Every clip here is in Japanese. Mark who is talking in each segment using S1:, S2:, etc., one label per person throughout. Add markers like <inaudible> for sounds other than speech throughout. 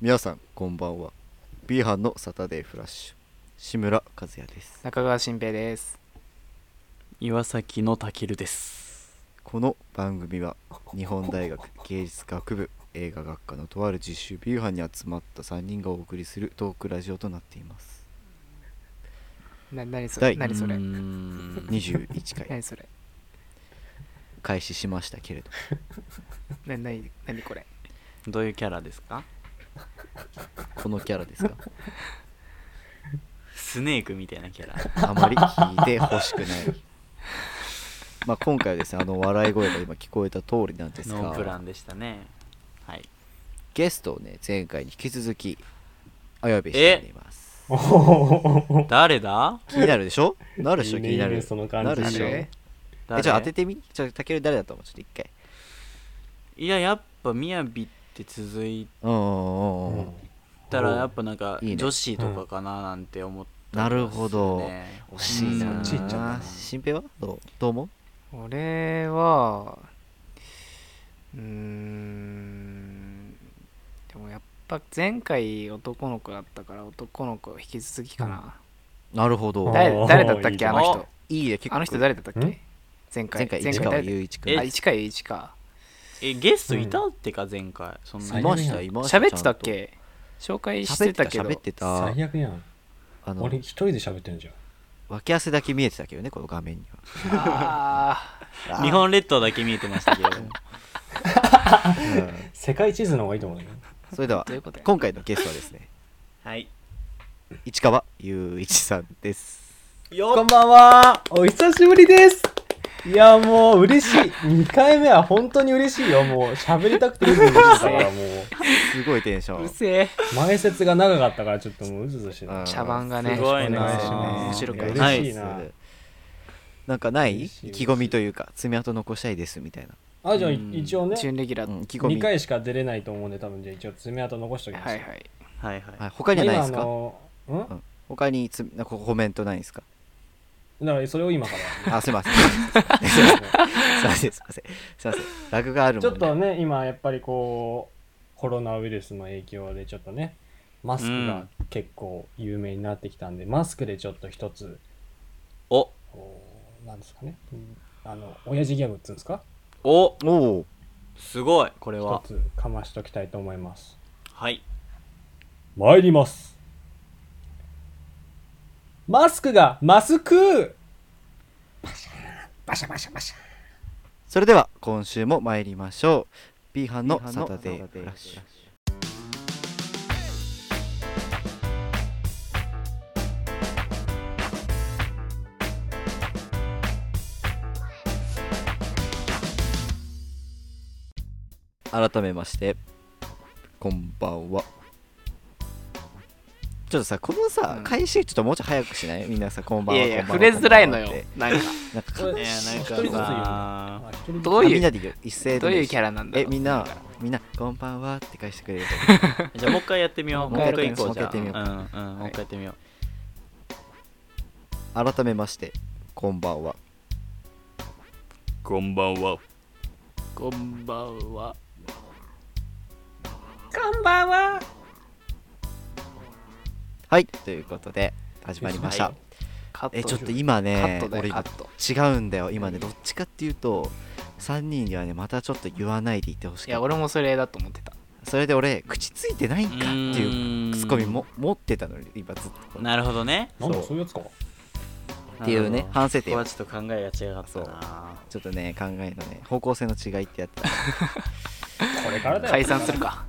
S1: 皆さんこんばんは B 班のサタデーフラッシュ志村和也です
S2: 中川新平です
S3: 岩崎のたけるです
S1: この番組は日本大学芸術学部映画学科のとある実習 B 班に集まった3人がお送りするトークラジオとなっています
S2: な何そ
S1: 第
S2: れ何それ
S3: うーん
S1: 21回
S2: 何それ
S1: 開始しましたけれど
S2: な何何これ
S3: どういうキャラですか
S1: このキャラですか
S3: スネークみたいなキャラ
S1: あまり聞いてほしくないまあ今回はですねあの笑い声が今聞こえた通りなんです
S3: ノープラ
S1: が
S3: ンでしたねはい
S1: ゲストをね前回に引き続きあやべしています
S4: おお
S3: 誰だ
S1: 気になるでしょなるでしょ
S4: いい
S1: 気
S4: ね
S1: にない
S4: い
S1: る
S4: ねその感じ
S1: なるでしょ
S2: 誰
S1: え
S3: 誰
S1: じゃあ当ててみちょたける誰だと思うちょっと一回
S3: いややっぱみやびって続い
S1: うんうんうんうん
S3: たらやっぱなんか
S1: いいね
S3: 女子とかかななんて思っ
S1: なん
S3: たです
S1: る
S3: よね
S1: ほど惜しい
S3: うん
S1: な
S4: そっち行っちゃったな
S1: 新平はどうどう思う
S2: 俺はうーんでもやっぱ前回男の子だったから男の子引き続きかな、
S1: なるほど
S4: ん
S2: 誰
S4: おー
S2: 誰だったっけ
S4: いいね
S2: あの人
S1: いいね結構
S2: あの人誰だったっけ
S4: ん
S2: 前
S1: 前
S2: 回
S1: 回市川
S2: 誰
S1: 雄一君
S2: あ市川雄一か
S3: えゲストいたってか前回そんないに
S1: ましたいました
S2: 喋ってたっ
S1: ち
S2: け紹介
S1: ゃん
S2: し
S1: と喋
S2: て
S1: ってた
S2: たけど
S1: 喋ってた
S4: <laughs> 最悪やん
S1: あの
S4: 俺一人で喋ってんじゃん
S1: 脇汗だけ見えてたけどねこの画面に
S2: あー
S1: は
S3: 日本列島だけ見えてましたけど
S1: うん
S4: 世界地図の方がいいと思うね
S1: <laughs> それでは
S2: どういうことや
S1: 今回のゲス <laughs> トはですね
S3: はい
S1: 市川雄一さんです
S3: よ
S4: こんばんはお久しぶりですいやもう嬉しい2回目は本当に嬉しいよもう喋りたくてうずうずしてたからもう
S1: すごいテンショ
S2: うる
S1: ン
S2: せえ
S4: 前説が長かったからちょっともううずうずして
S1: う
S4: た
S1: ん
S2: 茶番がね
S3: すごいな
S4: お願いします
S2: 面白く
S4: いや
S2: ない
S4: 嬉しいな
S1: なんかない意
S4: 嬉しい
S1: 気込みというか爪痕残したいですみたいな
S4: あじゃあ
S3: うん
S4: 一応ね
S2: 準レギュラー
S1: うん意気込み
S4: 2回しか出れないと思うんで多分じゃあ一応爪痕残しておきます
S2: はいはい
S3: はいはい、
S1: はい、他にはないです
S4: 今あ
S1: か
S4: のん
S1: 他につなんかコメントないですか
S4: だからそれを今 <laughs> から
S1: あ、すいません。す <laughs> いません、すいません。すいません。ラグがある
S4: ち
S1: も
S4: ょ
S1: ん
S4: っ
S1: で。
S4: とね、今やっぱりこう、コロナウイルスの影響でちょっとね、マスクが結構有名になってきたんで、マスクでちょっと一つ、
S3: お
S4: こうなんですかね、うんあの、親父ギャグっつうんですか
S3: お
S1: おお。
S3: すごいこれ
S4: 一
S3: は
S4: つかましときたいと思います。
S3: はい
S4: 参りますマスクがマスクバシャーンバシャバシャバシ
S1: それでは、今週も参りましょう。B 班のサタデーフラッシュ。改めまして、こんばんは。ちょっとさ、このさ
S2: う、ん
S1: 開始ちょっともうちょい早くしないみんなさ、こんばん
S2: い
S1: は。
S2: やいや
S1: こんば
S2: 触
S1: ん
S2: れ
S1: は
S2: づらいのよ
S1: こんばんはって
S2: な
S1: なん
S2: んか
S1: か
S4: ャ
S3: いやなん
S4: 一人ずつ
S3: か
S4: 言うの
S3: さ
S4: あ一人ずつ
S2: どう
S1: あみん
S2: い
S1: な
S2: う
S1: でいいよ一斉で
S2: どういうキャラなんだろ
S1: え
S2: う
S1: みんなみんなこんばんはって返してくれる
S3: じゃあもう一回やってみよう。
S2: も
S3: も
S2: う
S3: う
S2: 一回
S3: 一回行こうじ
S1: やっ
S3: ゃあ。
S1: て
S3: うん
S1: み
S3: う。
S1: ようん
S3: もう一回やってみよ
S1: と改めましてこんばんは
S3: う。こんばんは。
S2: こんばんは
S1: はいということで始まりました、
S4: はい
S2: カット
S1: えちょっと今
S2: カッ
S1: ね
S2: トだ
S1: 俺
S2: よカ
S1: 今
S2: ット
S1: 違うんだよ今ねどっちかっていうと3人にはねまたちょっと言わないでいてほし
S2: い
S1: い
S2: や俺もそれだと思ってた
S1: それで俺口ついてないんかっていう
S3: う
S1: ツッコミも。持ってたのに今ずっと
S3: なるほどね。
S4: なんだそういうやつか。
S1: っていうね反省点
S3: ここはちょっと考えが違かったな。
S1: ちょっとね考えのね方向性の違いってやってた
S4: これからだよ。
S2: 解散する
S3: <laughs>
S2: か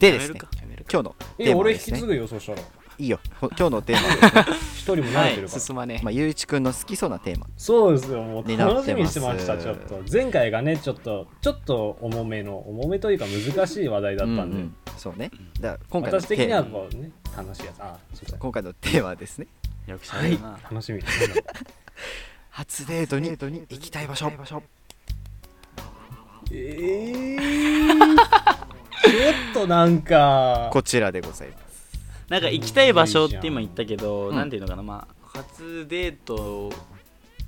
S1: でですね
S3: や
S2: やめるか
S1: 今日のテ
S4: え、
S1: ーマは
S4: 俺
S1: で
S4: 引
S1: す
S4: き
S1: ね
S4: 継ぐよ、そしたら。
S1: いいよほ今日のテーマはですね、
S4: 一人も慣れてるから。
S2: 進まねえ
S1: まあ、ゆういちくんの好きそうなテーマ
S4: そうですよ、も
S1: に
S4: う
S1: なっ
S4: 楽
S1: て
S4: しみ
S1: ま
S4: に
S1: す
S4: してました、ちょっと。前回がね、ちょっと、ちょっと重めの、重めというか難しい話題だったんで、
S1: ううそうねだから今回の
S4: 私
S1: テ
S4: 的に
S1: ー
S4: は
S1: マ
S4: こうね、楽しいやつ。あ、そうだ、
S1: 今回のテーマはですね
S3: よくしゃべるな。
S4: 楽しみ。
S1: 初デートに行きたい場所
S4: えー、ちょっとなんか、
S1: こちらでございます
S3: なんか行きたい場所って今言ったけど、
S1: うん
S3: なんていうのかな。まあ、初デート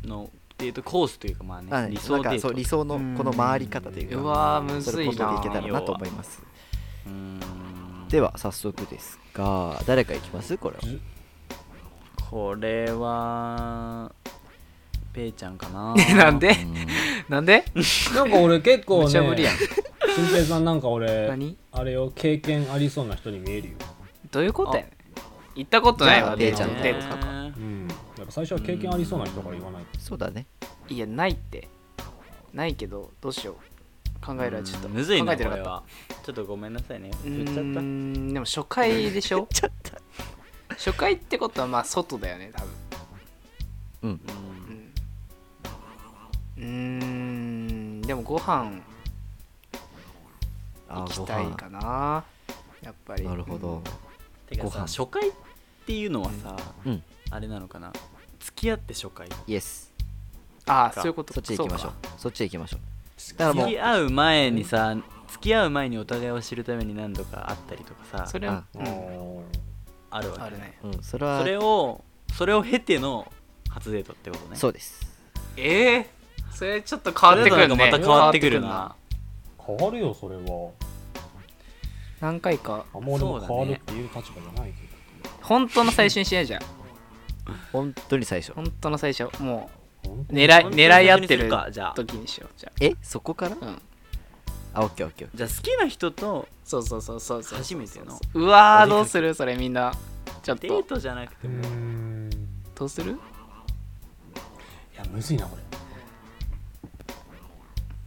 S3: のデートコースというか、まあ
S1: あ
S3: ね、理
S1: な
S3: 想
S1: ん
S3: デ
S1: かそう
S3: ー
S1: 理
S3: ト。
S1: 想のこの回り方というか
S2: うわーむ
S1: そ
S2: ず
S1: れこ
S2: い
S1: そでい
S2: な
S1: けたらなと思います
S3: うん
S1: では早速ですが誰か行きますこれは
S4: ず
S3: これはペイちゃんか
S1: <laughs>
S2: <laughs>
S3: な
S2: なんで
S1: うん
S2: なんで
S4: なんか俺結構
S2: 無
S4: ね、
S2: 茶ぶりやん
S4: 新平さんなんか俺、
S2: 何
S4: あれを経験ありそうな人に見えるよ。
S2: どういうことやねん行ったことない
S1: じゃ
S2: わ
S1: あ
S2: デ
S1: ペ
S2: ー
S1: イ
S2: ち
S1: ち
S2: ゃ
S1: ゃ
S2: ん
S1: ん
S2: の
S1: の
S2: デ
S1: デ
S2: ー
S1: ー
S2: ト
S1: ト
S2: か
S1: か
S2: か
S4: うん。やっぱ最初は経験ありそうな人から言わないと。
S1: そうだね
S2: いやないってないけどどうしよう考えるはちょっと
S3: むずい
S2: 考
S3: な
S2: えて
S3: これ
S2: なかった
S3: はちょっとごめんなさいね
S2: う
S3: 言っちゃった
S2: ーんでも初回でし <laughs> ょ
S1: ちょっと
S2: 初回ってことはまあ外だよね多分
S1: うん
S2: うんうーんでもご飯
S1: あ
S2: 行き
S1: ご
S2: たい
S1: 飯
S2: かなやっぱり
S1: なるほど
S3: てか
S1: ご
S3: さ
S1: 飯
S3: 初回っていうのはさ、
S1: うん
S3: あれなのかな付き合って初回
S1: イエス
S2: ああそういうこと
S1: そっち行きましょう
S2: そ
S1: そっち行きましょうだから
S3: 付
S1: もう
S3: き合う前にさ付き合う前にお互いを知るために何度か会ったりとか
S2: か
S3: さ
S2: それは
S1: あ
S2: う
S4: あ
S2: ん
S4: ー
S3: あるわけ
S2: あるね
S1: うんそれは
S3: それをそれを経ての初デートってことね
S1: そうです
S2: ええそれちょっと変わってくるね
S3: 初デートがまた変わってくるな
S4: 変わるよ、それは。
S2: 何回か
S4: あんま俺も変わる
S3: そうだね
S4: っていう立場じゃないけど。
S2: 本当の最初にしないじゃん
S1: 本当に最初
S2: 本当の最初も
S4: 本
S2: う
S4: 当に
S2: 狙い
S3: 本当に
S2: 狙い合って
S3: 一緒
S2: る
S3: にすかじゃあ
S2: 時にしようじゃ
S1: えそこから
S2: あうん
S1: あオッケーオッケーオッケ
S3: じゃあ好きな人と
S2: そうそうそうそうそう
S3: 初めての
S2: うわーどうするそれみんなちょっ
S3: デー
S2: と
S3: トじゃなく
S4: う
S3: て
S4: ー
S3: も
S4: ん。
S2: どうする
S4: いや、むずいな、これ。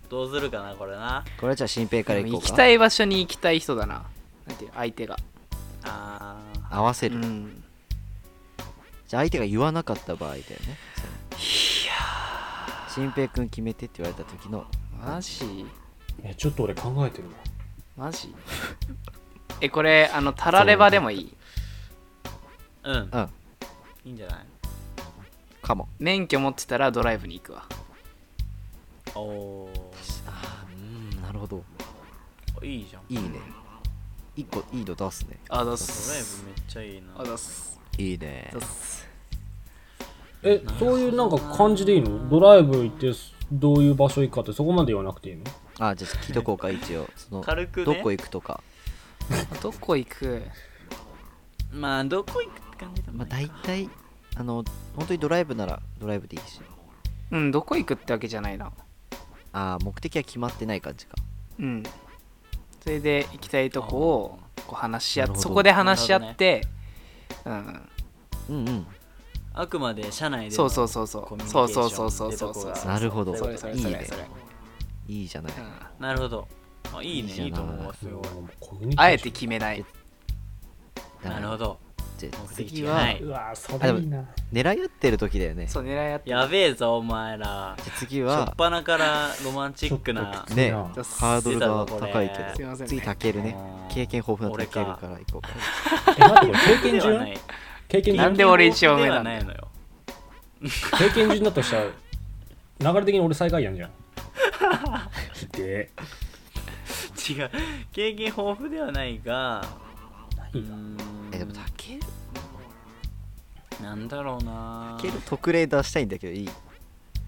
S3: どうするかなこれな
S1: ーこれはじゃあ新平から
S2: で
S1: 行
S2: も
S1: こ
S2: 行
S1: う
S2: き
S1: か
S2: たい場所に行きたい人だななんていう相手が
S3: あー
S1: 合わせ
S2: う
S1: る
S2: ん
S1: じゃあ相手が言わなかった場合だよねいや新平君決めてって言われた時の
S2: マジ
S4: え、ちょっと俺考えてるわ。
S2: マジ <laughs> えこれあのタラレバでもいい
S3: うん
S1: うん
S3: いいんじゃない
S1: かも
S2: 免許持ってたらドライブに行くわ
S3: おお
S1: あうんなるほど
S3: いいじゃん
S1: いいね一個いいの出すね
S2: あだ
S3: ドライ
S2: す
S3: ブめっちゃいいな
S2: あだす
S1: いいね
S2: だす
S4: え、そういうなんか感じでいいのドライブ行って、どういう場所行くかってそこまで言わなくていいの
S1: あじゃあ聞いとこうか一応その
S3: 軽くね
S1: どこ行くとか
S2: どこ行く
S3: まあどこ行くって感じで
S1: ま
S3: も
S1: あ
S3: ない
S1: 大
S3: か
S1: 体あの本当にドライブならドライブでいいし
S2: うんどこ行くってわけじゃないな
S1: あー目的は決まってない感じか
S2: うんそれで行きたいとこをこう話し合っ
S1: なるほど
S2: そこで話し合って、うん
S1: うんうん
S3: あくまで社内で
S2: そうそう
S3: う
S2: そうそう
S3: コミュニケ
S2: そ
S3: ー
S2: う
S3: シ
S2: そ
S3: ョン
S2: うそうそうそうそう
S1: なるほど
S2: それそれ
S1: いい
S2: それ
S1: ね
S2: それ
S1: いいじゃない
S2: うん
S3: なるほどあいいね
S1: いいじゃない
S3: いいと思うわすごい
S4: コミュニケーション
S2: あえて決めない
S3: なるほど
S1: じゃあ
S3: 目的
S1: 次
S3: 地が
S1: は
S3: ないう
S4: わーそ
S1: あでも
S4: れいいな。
S1: 狙い合ってる時だよねじ
S2: そう狙い合って
S3: やべえぞお前ら
S1: ゃあ次
S3: しょっ
S1: は
S3: ぱなからロマンチックな
S4: ちょっときつい
S1: ね
S4: な
S2: じゃ
S1: ハードルが
S3: 出たぞこれ
S1: 高いけ
S2: すいませ
S1: ど
S2: ん
S1: 次たけるね
S3: あー
S1: 経験豊富な
S3: 俺
S1: たける
S3: か
S1: から行こうか
S4: え、待ってこれ経験
S3: では
S4: 順
S3: ない
S4: 経験
S2: な
S4: 順
S2: んで俺一応上
S3: で
S2: な
S3: は
S2: んだ
S3: な
S2: よ
S3: いのよ
S4: 経験順だとしたら流れ的に俺最下位やんじゃんで
S3: 違う経験豊富ではないがうーん
S1: えでもたける
S3: なんだろうな
S1: たける特例出したいんだけどいい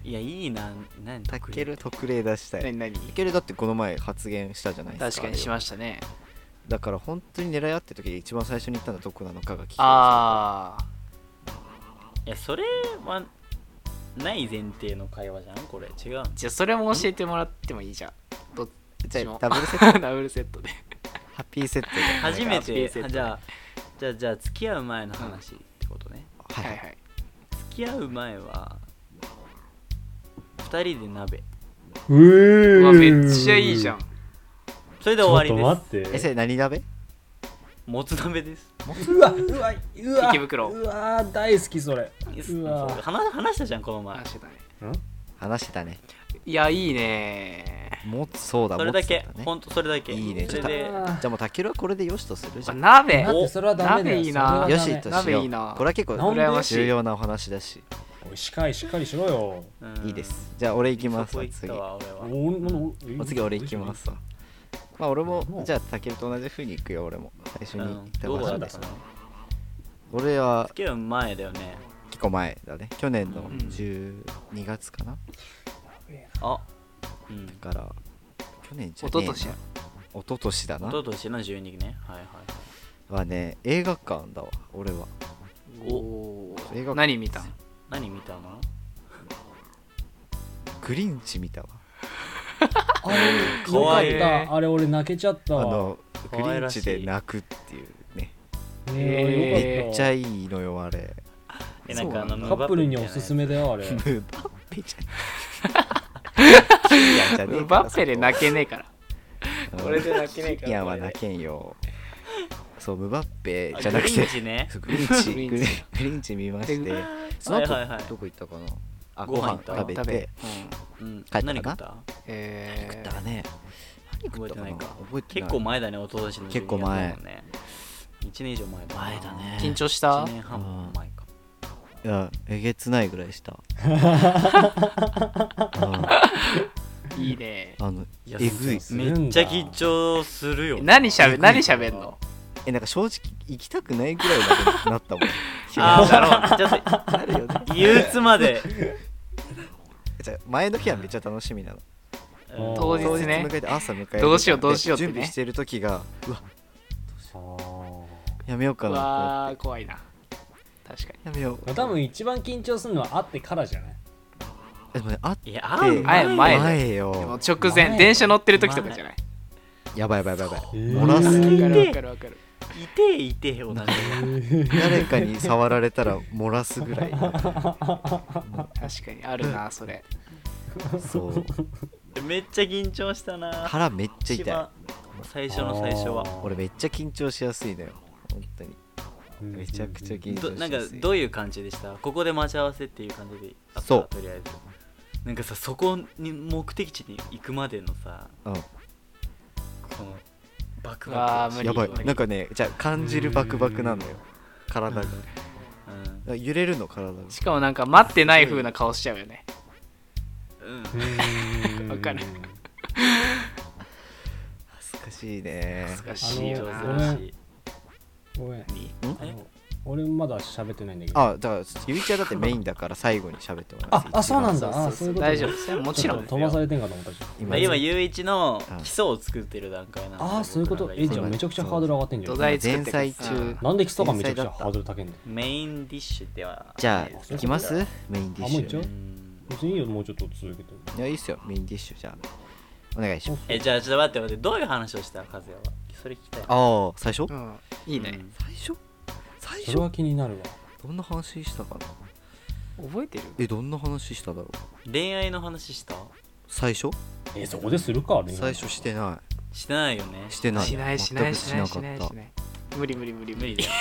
S3: いやいいな何
S1: たける特例出したい
S2: 何何
S1: たけるだってこの前発言したじゃないです
S2: 確
S1: か
S2: かにしましたね
S1: だから本当に狙い合ってる時で一番最初に言ったのはどこなのかが聞きた
S2: ああ
S3: いやそれはない前提の会話じゃんこれ違うの
S2: じゃあそれも教えてもらってもいいじゃんどっちも
S1: ダブルセッ
S2: <laughs> ダブルセットで
S1: いハッピーセットで
S3: 初め
S2: なん
S3: て
S2: か
S3: じゃあじゃあじゃあ付き合う前の話ってことね、
S1: はい
S2: は
S1: はいい
S2: はい
S3: 付き合う前は2人で鍋
S4: う
S2: う
S4: ー
S2: わめっちゃいいじゃん
S3: それで
S4: ち
S3: 終
S4: ょっと
S3: わり
S4: 待
S3: で
S1: え
S4: っ
S1: そ
S4: て
S1: れ何鍋
S3: すもつ鍋です
S4: うわうわうわ
S2: 池袋
S4: うわ大好きそれうわ
S3: そう話話したじゃんこの前
S2: 話してたね
S1: 話してたね
S2: いやいいね
S1: もつそうだ
S3: それだけ
S1: もつったね
S3: ほんとそれだけ
S1: いいね
S3: それで
S4: あ
S1: じゃあもうたけるはこれでよしとするじゃん
S2: 鍋
S4: 待ってそれはダメだ
S2: 鍋いいな
S4: それ
S1: よ
S4: はダ
S1: し
S4: メ
S1: としよ
S2: 鍋
S1: う
S2: いいな
S1: これは結
S4: なん
S1: 構
S4: で羨ましい
S1: 重要なお話だし
S4: おいしっかりしっかりしろよ
S3: うん
S1: いいですじゃあ俺行きます
S3: そこ
S1: わ
S3: 行った
S1: 次
S3: わ俺は
S4: おお
S1: お次俺行きますわまあ俺もじゃあたけると同じ風に行くよ俺も最初
S3: う
S1: に行
S3: ん
S1: った
S3: ど
S1: 場
S3: こだ
S1: 所で
S3: ったかな
S1: 俺は
S3: 付き合う前だよね
S1: 結構前だね去年の
S3: うん
S1: 12月かな、
S3: あうん
S1: だから去年じゃ
S2: 一
S1: ねえ
S2: 昨
S1: な
S2: 年や
S1: 一昨年だな
S3: 一昨年の12ねはいはいはい
S1: はね映画館だわ俺は
S2: お
S1: 映画
S2: お何見たん
S3: 何見たの
S1: グリンチ見たわ
S4: あれ、
S3: か
S4: よか
S3: わ
S4: っ
S3: いい
S4: た。あれ、俺泣けちゃった
S1: あ
S4: わ。
S1: のグ
S3: 可
S1: リ
S3: 愛
S1: ン
S3: らし
S1: チ
S3: い
S1: で泣くっていうね
S4: ね
S1: め
S2: えー
S4: よ
S1: っ
S4: かっ
S1: ち
S4: た
S1: ゃいいのよあれ
S3: えなんかあの
S4: カップルにおすすめだよ、あれ。
S1: <laughs> ムーバッペじゃんキリアンじゃねえから
S2: バッペで泣けねえから
S1: うん
S2: これで泣けねえか
S1: キ
S2: ら
S1: リアンは泣けんよそうムバッペ
S3: あ
S1: じゃなく
S3: グ
S1: て
S3: リンチね
S1: <laughs> グリンチ
S2: グリ
S1: グリン
S2: ンチ
S1: グリンチ見まして
S2: で
S1: その後
S3: はいはいはい
S1: どこ行ったかなあ
S3: ご
S1: ご
S3: 飯
S1: 飯
S3: 行った
S1: 食べて
S3: う
S1: 帰っ
S3: ん
S1: たかな
S3: 何食った
S2: え
S1: 食っ
S2: ー
S1: たかね何食
S3: 覚
S1: っ
S3: え
S1: た
S3: て
S1: か
S3: な
S1: ない
S3: か
S1: 覚えてな
S3: 結
S1: い
S3: 構前だね一昨年の12
S1: 結構前
S3: だもんね1年以上前だな
S1: 前だね
S2: 緊張した
S3: 1年半も前か
S1: いやえげつないぐらい
S2: <laughs>
S1: した、うん
S2: いいね
S1: あの
S3: いや
S1: えぐい
S4: す
S3: めっちゃ緊張するよ
S2: 何しゃべ
S1: えぐい
S2: 何しゃべんの
S1: えなんか正直行きたくないぐらいまでなったもん
S3: ああなるほどちょっ
S1: なるよね
S3: と憂鬱まで
S1: じゃあ前の日はめっちゃ楽しみなの
S3: うん
S2: 当日ね
S1: 迎えて朝迎えて
S2: どうしようどうしようってね
S1: 準備してる時がうわ
S4: あー
S1: やめよう
S2: う
S1: かな
S2: わー怖いな確か
S1: やめよう
S4: まあ多分一番緊張するのは会ってからじゃない
S1: でもねあ
S3: いや会う
S2: 会う前
S3: 前
S2: だ
S1: 前
S2: にでも
S1: よ
S2: 直前電車乗ってる時とかじゃない
S1: やばいやばいやばいやばい
S4: えー
S1: 漏らす
S2: わかる
S3: 前
S2: わかるわかる
S3: いてえいてえ同じ
S1: 誰かに触られたら漏らすぐらい
S2: 確かにあるなそれ
S1: そう
S3: めっちゃ緊張したな
S1: 腹めっちゃ
S3: 一
S1: 痛
S3: 番最初の最初は
S1: い俺めっちゃ緊張しやすいのよ本当にめ
S4: め
S1: ちゃくちゃ緊張しやす
S3: ど
S1: い
S3: なんかどういう感じでしたここで待ち合わせっていう感じであった
S1: そう
S3: とりあえずなんかさそこに目的地に行くまでのさ
S1: うん
S3: このバク
S2: あー
S3: バク
S2: 無理
S1: やばい
S2: 無理
S1: なんかねじゃあ感じるバクバクなのよ体が
S3: うん
S1: 揺れるの体が
S2: しかもなんか待ってない風な顔しちゃうよね
S3: うん
S2: わかる
S1: 恥ずかしいね
S2: 恥ずかしい
S3: 緊
S2: よ
S3: 張
S4: あ
S3: す
S4: の
S3: る
S2: な
S4: ー
S3: し
S4: ごめんあ
S3: え
S4: の俺まだ喋ってないんだけど
S1: あだからゆいちゃんだってメインだから最後に喋ってもらいます
S4: ああそうなん
S2: そう
S4: だ
S2: そ
S4: あ
S2: う
S4: そ
S2: そう
S4: いう
S2: う
S4: ことね
S2: 大丈夫ですよもちろんです
S4: ょっと飛ばさ
S2: よ
S4: れてんかと思ったし
S1: 今
S3: まあ今ゆういちの
S1: うん
S3: 基礎を作ってる段階なんで
S4: ああそういうことえじゃあめちゃくちゃハードル上がってんじゃ
S2: 土
S4: ん
S2: 台作って
S1: 前菜中
S4: なんで基礎がめちゃくちゃハードル高いんだよ
S3: メインディッシュでは
S1: じゃ
S3: ないです
S1: あいきますメインディッシ
S4: あもう行っちゃ
S1: ュ
S4: う
S3: うん
S4: 別にいいよもうちょっと続けて
S1: いやいいっすよメインディッシュじゃあお願いします
S3: えじゃあちょっと待って待ってどういう話をした和也はそれ聞きたい
S1: ああ最初
S2: うんいいね
S3: うん
S1: 最初最
S4: それは
S1: 初
S4: 気になるわ
S1: どんな話したかな
S2: 覚えてる
S1: えどんな話しただろう
S3: 恋愛の話した
S1: 最初
S4: えそこでするか恋愛
S1: 最初してな
S3: してないよね
S1: いしてない
S2: しないしな
S1: 全
S2: い
S1: く
S2: しないしな
S1: ないかっ
S2: したない無理無理無理無
S3: 無理
S2: 理
S3: だよ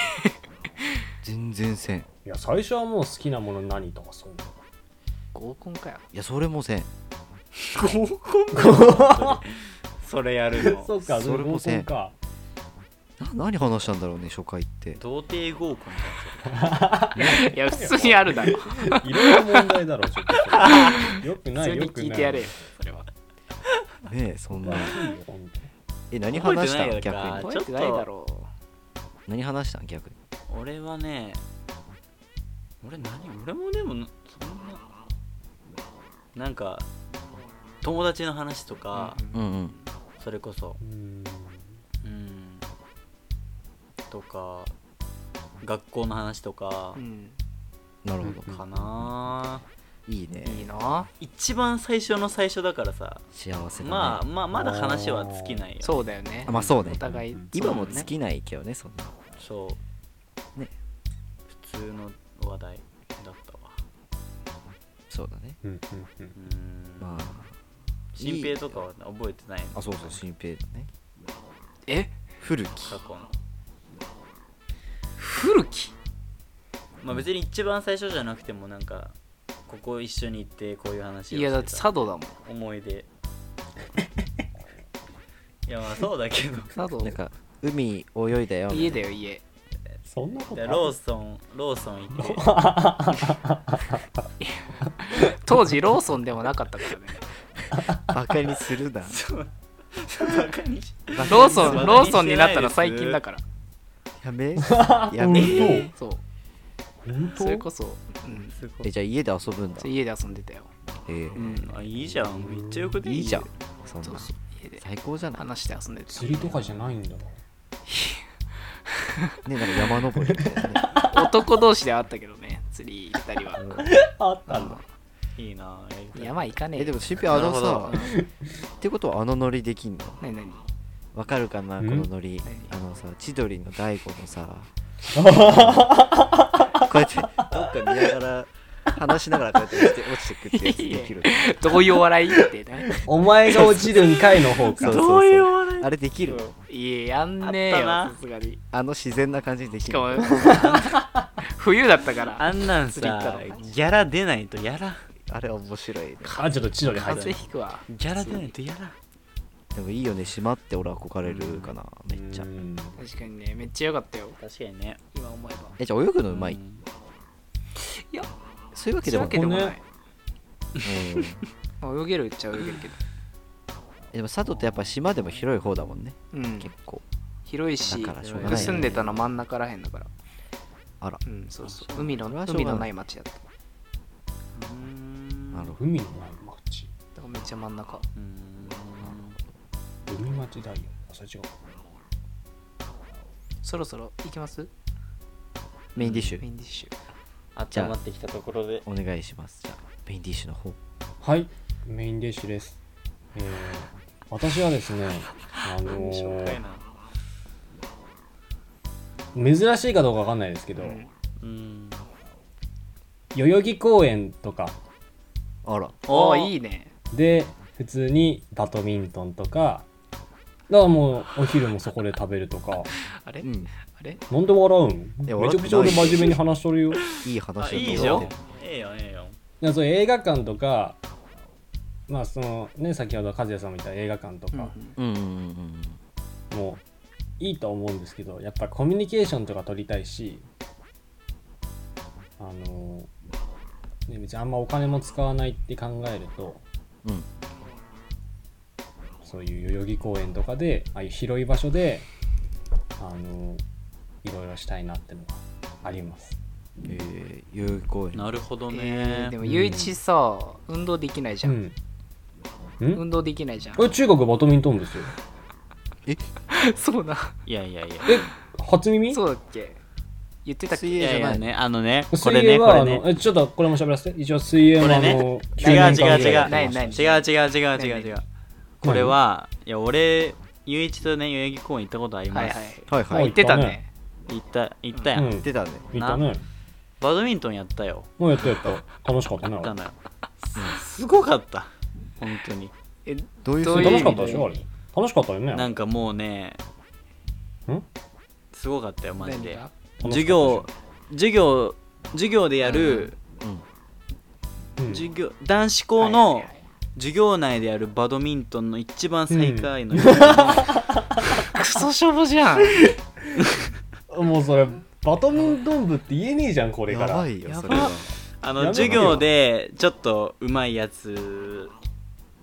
S1: 全然せんい
S4: いや最初はもう好きなもの何とかそういうの
S2: 合コンかよ
S1: やそれもせん
S3: 合コンそれやる
S4: <laughs>
S3: の
S4: そうか、
S1: そ
S4: そ
S1: れ
S4: れ
S1: も
S4: も
S1: せん
S4: そうか。
S1: な何話したんだろうね初回って
S3: 童貞合コンじ
S2: いや普通にあるだろ
S4: いろいろ問題だろ、ちょっとそれ。よく
S2: 普
S4: な
S2: 通
S4: い、
S2: に
S4: よくない。
S2: 聞いてやれよそれは
S1: ねえそん
S4: ま
S1: な
S4: あいいよ本
S1: え何話した
S3: 覚
S1: ん
S3: えてない
S1: 逆に
S3: やろ
S2: 覚えてないだろ
S1: 何話したん逆に
S3: ゃん俺はね俺何俺もでもなそんななんか友達の話とか、
S2: う
S1: うんんうん
S3: それこそ
S4: 当にうん
S3: うんとか学校の話とか
S2: うん
S1: なるほど
S3: かな、
S1: いいね
S2: いいな
S3: 一番最初の最初だからさ、
S1: 幸せだね
S3: まあまあまだ話は尽きないよ
S2: そうだよね
S1: あまあそうね
S2: お互い
S1: 今も
S2: そうだ
S1: 尽
S2: ね
S1: きないけどねそんな
S3: そう
S1: ね
S3: 普通の話題だったわ
S1: そうだね
S4: うんうんう
S3: う
S4: ん
S3: ん
S1: まあ
S3: 新平とかは覚えてないの
S1: あそうそう新平だね
S2: え
S1: 古き
S3: 過去の
S2: 古き
S3: まあ別に一番最初じゃなくてもなんかここ一緒に行ってこういう話を
S2: いやだって
S3: して
S2: 佐
S3: た
S2: 渡だもん
S3: 思い出いやまあそうだけど
S2: 佐渡
S1: なんか海泳いだよ
S2: 家だよ家
S4: そんなこと
S3: で
S4: ある
S3: ローソンローソン行って
S2: 当時ローソンでもなかったから
S3: <laughs>
S2: ね
S1: バカにするな
S3: そうバカにし
S2: ローソン
S3: バカにしてないです
S2: ローソンになったら最近だから
S1: やめや
S4: 本
S1: め
S2: そう
S4: 当本当
S2: それこそ、うん、
S3: すご
S1: え
S3: い
S1: じゃあ家で遊ぶんだ
S2: そう家で遊んでたよ、
S1: ええ
S2: うん、
S3: あいいじゃんめっちゃよくで
S1: いいじゃん
S3: よ
S1: そんな
S2: そうそう家で
S1: 最高じゃない
S2: 話して遊んでて
S4: 釣りとかじゃないんだ
S1: ねなんか山登りとかね
S2: 男同士ではあったけどね釣り行ったりは
S4: あった
S2: うん
S3: いいなぁやりたい
S2: 山行かねえ
S1: えでも
S2: ね
S1: シュピあの
S3: なるほ
S1: さってことはあのノリできんの
S2: え何
S1: わかるかなこ
S4: ん
S1: のノリ
S2: 何
S1: あのさ千鳥の大悟のさこうやってどっか見ながら話しながらこうやって落ちて落ちてくってやつできる
S2: どういうお笑いってね
S4: お前が落ちるんかいの方か
S1: そう
S3: どういう笑い
S1: あれできる
S2: いややんねえ
S3: あっ
S2: よ
S3: たな
S2: さすがに
S1: あの自然な感じにでき
S2: し
S1: る
S2: かも冬だったから
S3: あんなん
S2: 釣り行
S3: さ
S2: ったの
S3: ギャラ出ないとやら
S1: あれ面白いね
S4: あちょっと千鳥入っ
S2: 風
S4: た
S2: 邪ひくわ
S3: ギャラ出ないとやら
S1: でもいいよね島って俺憧れるかなめっちゃ
S4: うん
S2: 確かにねめっちゃ良かったよ
S3: 確かにね
S2: 今思えば
S1: えじゃあ泳ぐのうまい
S3: ん
S1: そういうわけ
S2: そうい
S1: で
S2: う
S1: も
S2: わけでも
S4: こ
S2: ない
S4: こね
S1: うん <laughs>
S2: まあ泳げるっちゃ泳げるけど
S1: えでも佐渡ってやっぱ島でも広い方だもんね
S2: うん
S1: 結構
S2: 広いし
S1: だからしょう
S3: がないね
S2: 僕住んでたの真ん中らへんだから
S1: あら
S2: うんそうそう海の
S1: それはしょうがない
S2: 海のない町だっただか
S3: うん
S1: なるほ
S4: 海のない町
S2: らめっちゃ真ん中
S3: うん
S4: 海町だよあそれ違う
S2: そろそろ行きます
S1: メインディッシ
S2: メイ
S1: ュ
S2: ンディッシュ
S3: あ
S1: じゃあ
S3: ってきたところで
S1: お願いしますじゃあメインディッシュの方
S4: はいメインディッシュです、えー、私はですねあの
S3: 紹介
S4: ー
S3: な
S4: 珍しいかどうかわかんないですけど、
S2: うん
S3: うん
S4: 代々木公園とか
S1: あら
S2: おお
S3: ー
S2: いいね
S4: で普通にバドミントンとかだからもうお昼もそこで食べるとか
S2: あれ
S1: うん
S2: あれ
S4: なんで笑うん
S1: いや
S4: めちゃくちゃ俺真面目に話しとるよ
S1: いい話だ
S3: あ
S1: と思う
S3: いいじゃんええよええよ
S4: いやそう映画館とかまあそのね先ほど和也さんも言った映画館と
S2: うんうん
S4: か
S1: うんうんうん
S4: もいいと思うんですけどやっぱコミュニケーションとか取りたいしあのね別にあんまお金も使わないって考えると
S1: うんうん
S4: そういう代々木公園とかでああいう広い場所であのいろいろしたいなってのがあります
S1: えー、代々木公園
S3: なるほど
S2: え
S3: ね
S2: ーでも
S4: うん
S2: ゆういちさ運動できないじ
S4: う
S2: ゃん
S4: んん
S2: 運動できないじゃん
S4: え中学バドミントン部ですよ
S1: え
S2: そうだ
S3: いやいやいや
S4: え初耳
S2: そうだっけ言ってたっ
S1: 水
S2: け
S1: 泳じゃない
S3: いやいやねあのねこ
S4: 水
S3: れね
S4: 泳
S3: こ
S4: は
S3: れ
S4: あ
S3: ね
S4: のえちょっとこれも喋らせて一応水泳
S3: こ
S4: は
S3: れ
S4: あ
S3: ね
S4: の
S3: 違う
S4: 9年間
S3: 違う
S4: ぐらいやってました
S2: ないない
S3: 違う違う違う違う違うこれは、いや、俺、ゆういちとね、代々木公園行ったことあり
S2: はいは
S3: ます。
S2: い
S1: はい
S2: あ
S1: は
S2: 言
S1: い
S2: ってた
S4: 行った
S2: ね
S3: 行った、行ったやん,、
S4: うん
S1: 出たね
S4: いたね
S3: バドミントンやったよ。
S4: もうやったやった楽しかった
S3: や
S4: な
S3: ったのよ。すごかった。本当に。
S2: え
S1: どういう
S2: どういう
S4: 楽しかっ
S1: 風
S4: たでしょあ
S1: に
S4: れ楽しかったよね
S3: なんかもうね、
S4: ん
S3: すごかったよ、マジで
S2: 何。が
S3: 授業、授業、授業でやる、
S1: うん
S4: うん
S3: 授業、男子校の、
S2: はいはいはい
S3: 授業内でやるバドミントンの一番最下位の、
S2: クソしょぼじゃん
S4: もうそれバドミントン部って言えねえじゃんこれか
S1: や
S4: ら
S1: ばいよ
S2: やば
S1: それは
S3: あ
S4: や
S3: の
S4: めろよ
S3: 授業でちょっとうまいやつ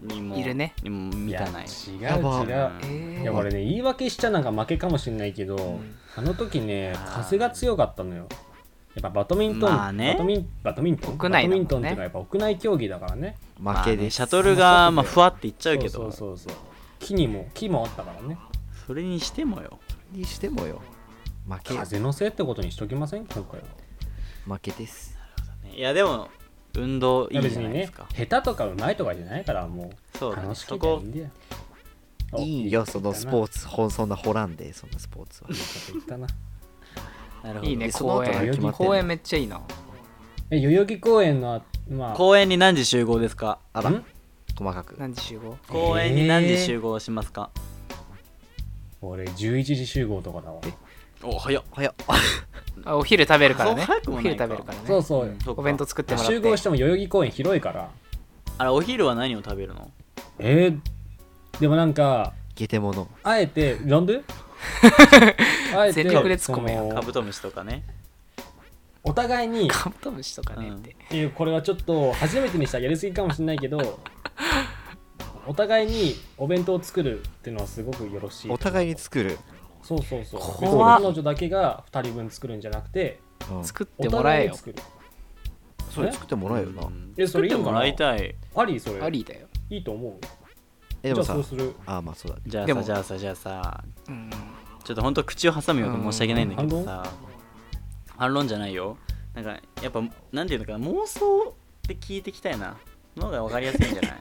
S3: にも
S2: いるね
S3: にも
S4: い
S3: 満
S4: や
S3: たない
S4: 違う違う
S1: やば
S3: うん
S2: えー
S4: いや俺ね言い訳しちゃなんか負けかもしれないけど、
S2: ん
S4: あの時ね
S3: あー
S4: 風が強かったのよやっぱバドミントン、
S3: まあね
S4: バドミンバドミントン
S2: 屋内だもんね
S4: バドミントンっていうかやっぱ屋内競技だからね
S1: 負け
S3: まあね
S1: で
S3: シ
S1: す
S3: ャトルが、まあ、
S4: そうそうそう
S3: ふわっていっちゃうけど
S4: そうそうそうそう木にも木もあったからね
S3: それにしてもよ
S1: にしてもよ負け
S4: 風のせいってことにしときません今回は
S1: 負けです
S3: いやでも運動いいじ
S4: 別
S3: ゃな
S4: に
S3: いで
S4: ね
S3: すか
S4: 下手とかうまいとかじゃないからも
S3: そううだね
S4: 楽し
S3: そ
S4: くていい
S3: こ
S4: んだよ
S1: いいよそのスポー
S4: ツ
S1: ツほんそんな掘らんでそんなスポーツは
S4: 言ったな
S3: なるほど
S2: いいね
S1: その後が
S2: 公
S4: 決まってん
S2: 園
S4: の
S2: 公園めっちゃいいな
S4: え代々木公園のまあ
S3: 公園に何時集合ですか
S1: あら
S4: ん
S1: 細かく
S2: 何時集合
S3: 公園に何時集合しますか、
S4: 俺11時集合とかだわ
S3: お早っ
S1: 早っ
S2: あお昼食べるからね
S3: あそう早く
S2: お
S3: もない
S2: 昼
S3: か
S2: 食べるからね
S4: そうそう、
S3: うんそっか
S2: お弁当作ってもらって
S4: 集合しても代々木公園広いから
S3: あれお昼は何を食べるの
S4: えー、でもなんか
S1: ゲテモノ
S4: あえてなんであえて
S2: 全力で突っ込めよ
S4: その
S3: カブトムシとかね
S4: お互いにっ
S2: カブトムシとかねって、
S4: ていうこれはちょっと初めてにしたらやりすぎかもしれないけどお互いにお弁当を作るっていうのはすごくよろしい
S1: お互いに作る、
S4: そうそうそう別に
S2: 怖っ
S4: 彼女だけが2人分作るんじゃなくて
S1: うん、
S2: 作って
S4: お
S2: もら
S4: 互
S2: え
S4: いに
S2: よ
S4: 作る
S1: それ作ってもらえよな、
S3: ん
S4: えそれいいの
S3: 作ってもらいたい
S4: ありそれ
S2: ありだよ
S4: いいと思う
S1: えで
S4: じゃ
S1: も
S4: あ
S1: さ
S4: そうする。
S1: ああまあそうだね
S3: じゃあ
S2: で
S3: さ
S2: も
S3: じゃあさじゃあさ
S2: うん
S3: ちょっと本当口を挟むようで申し訳ないんだけどさ反論じゃないよなんかやっぱなんていうのかな妄想って聞いてきたいなの方が分かりやすいんじゃない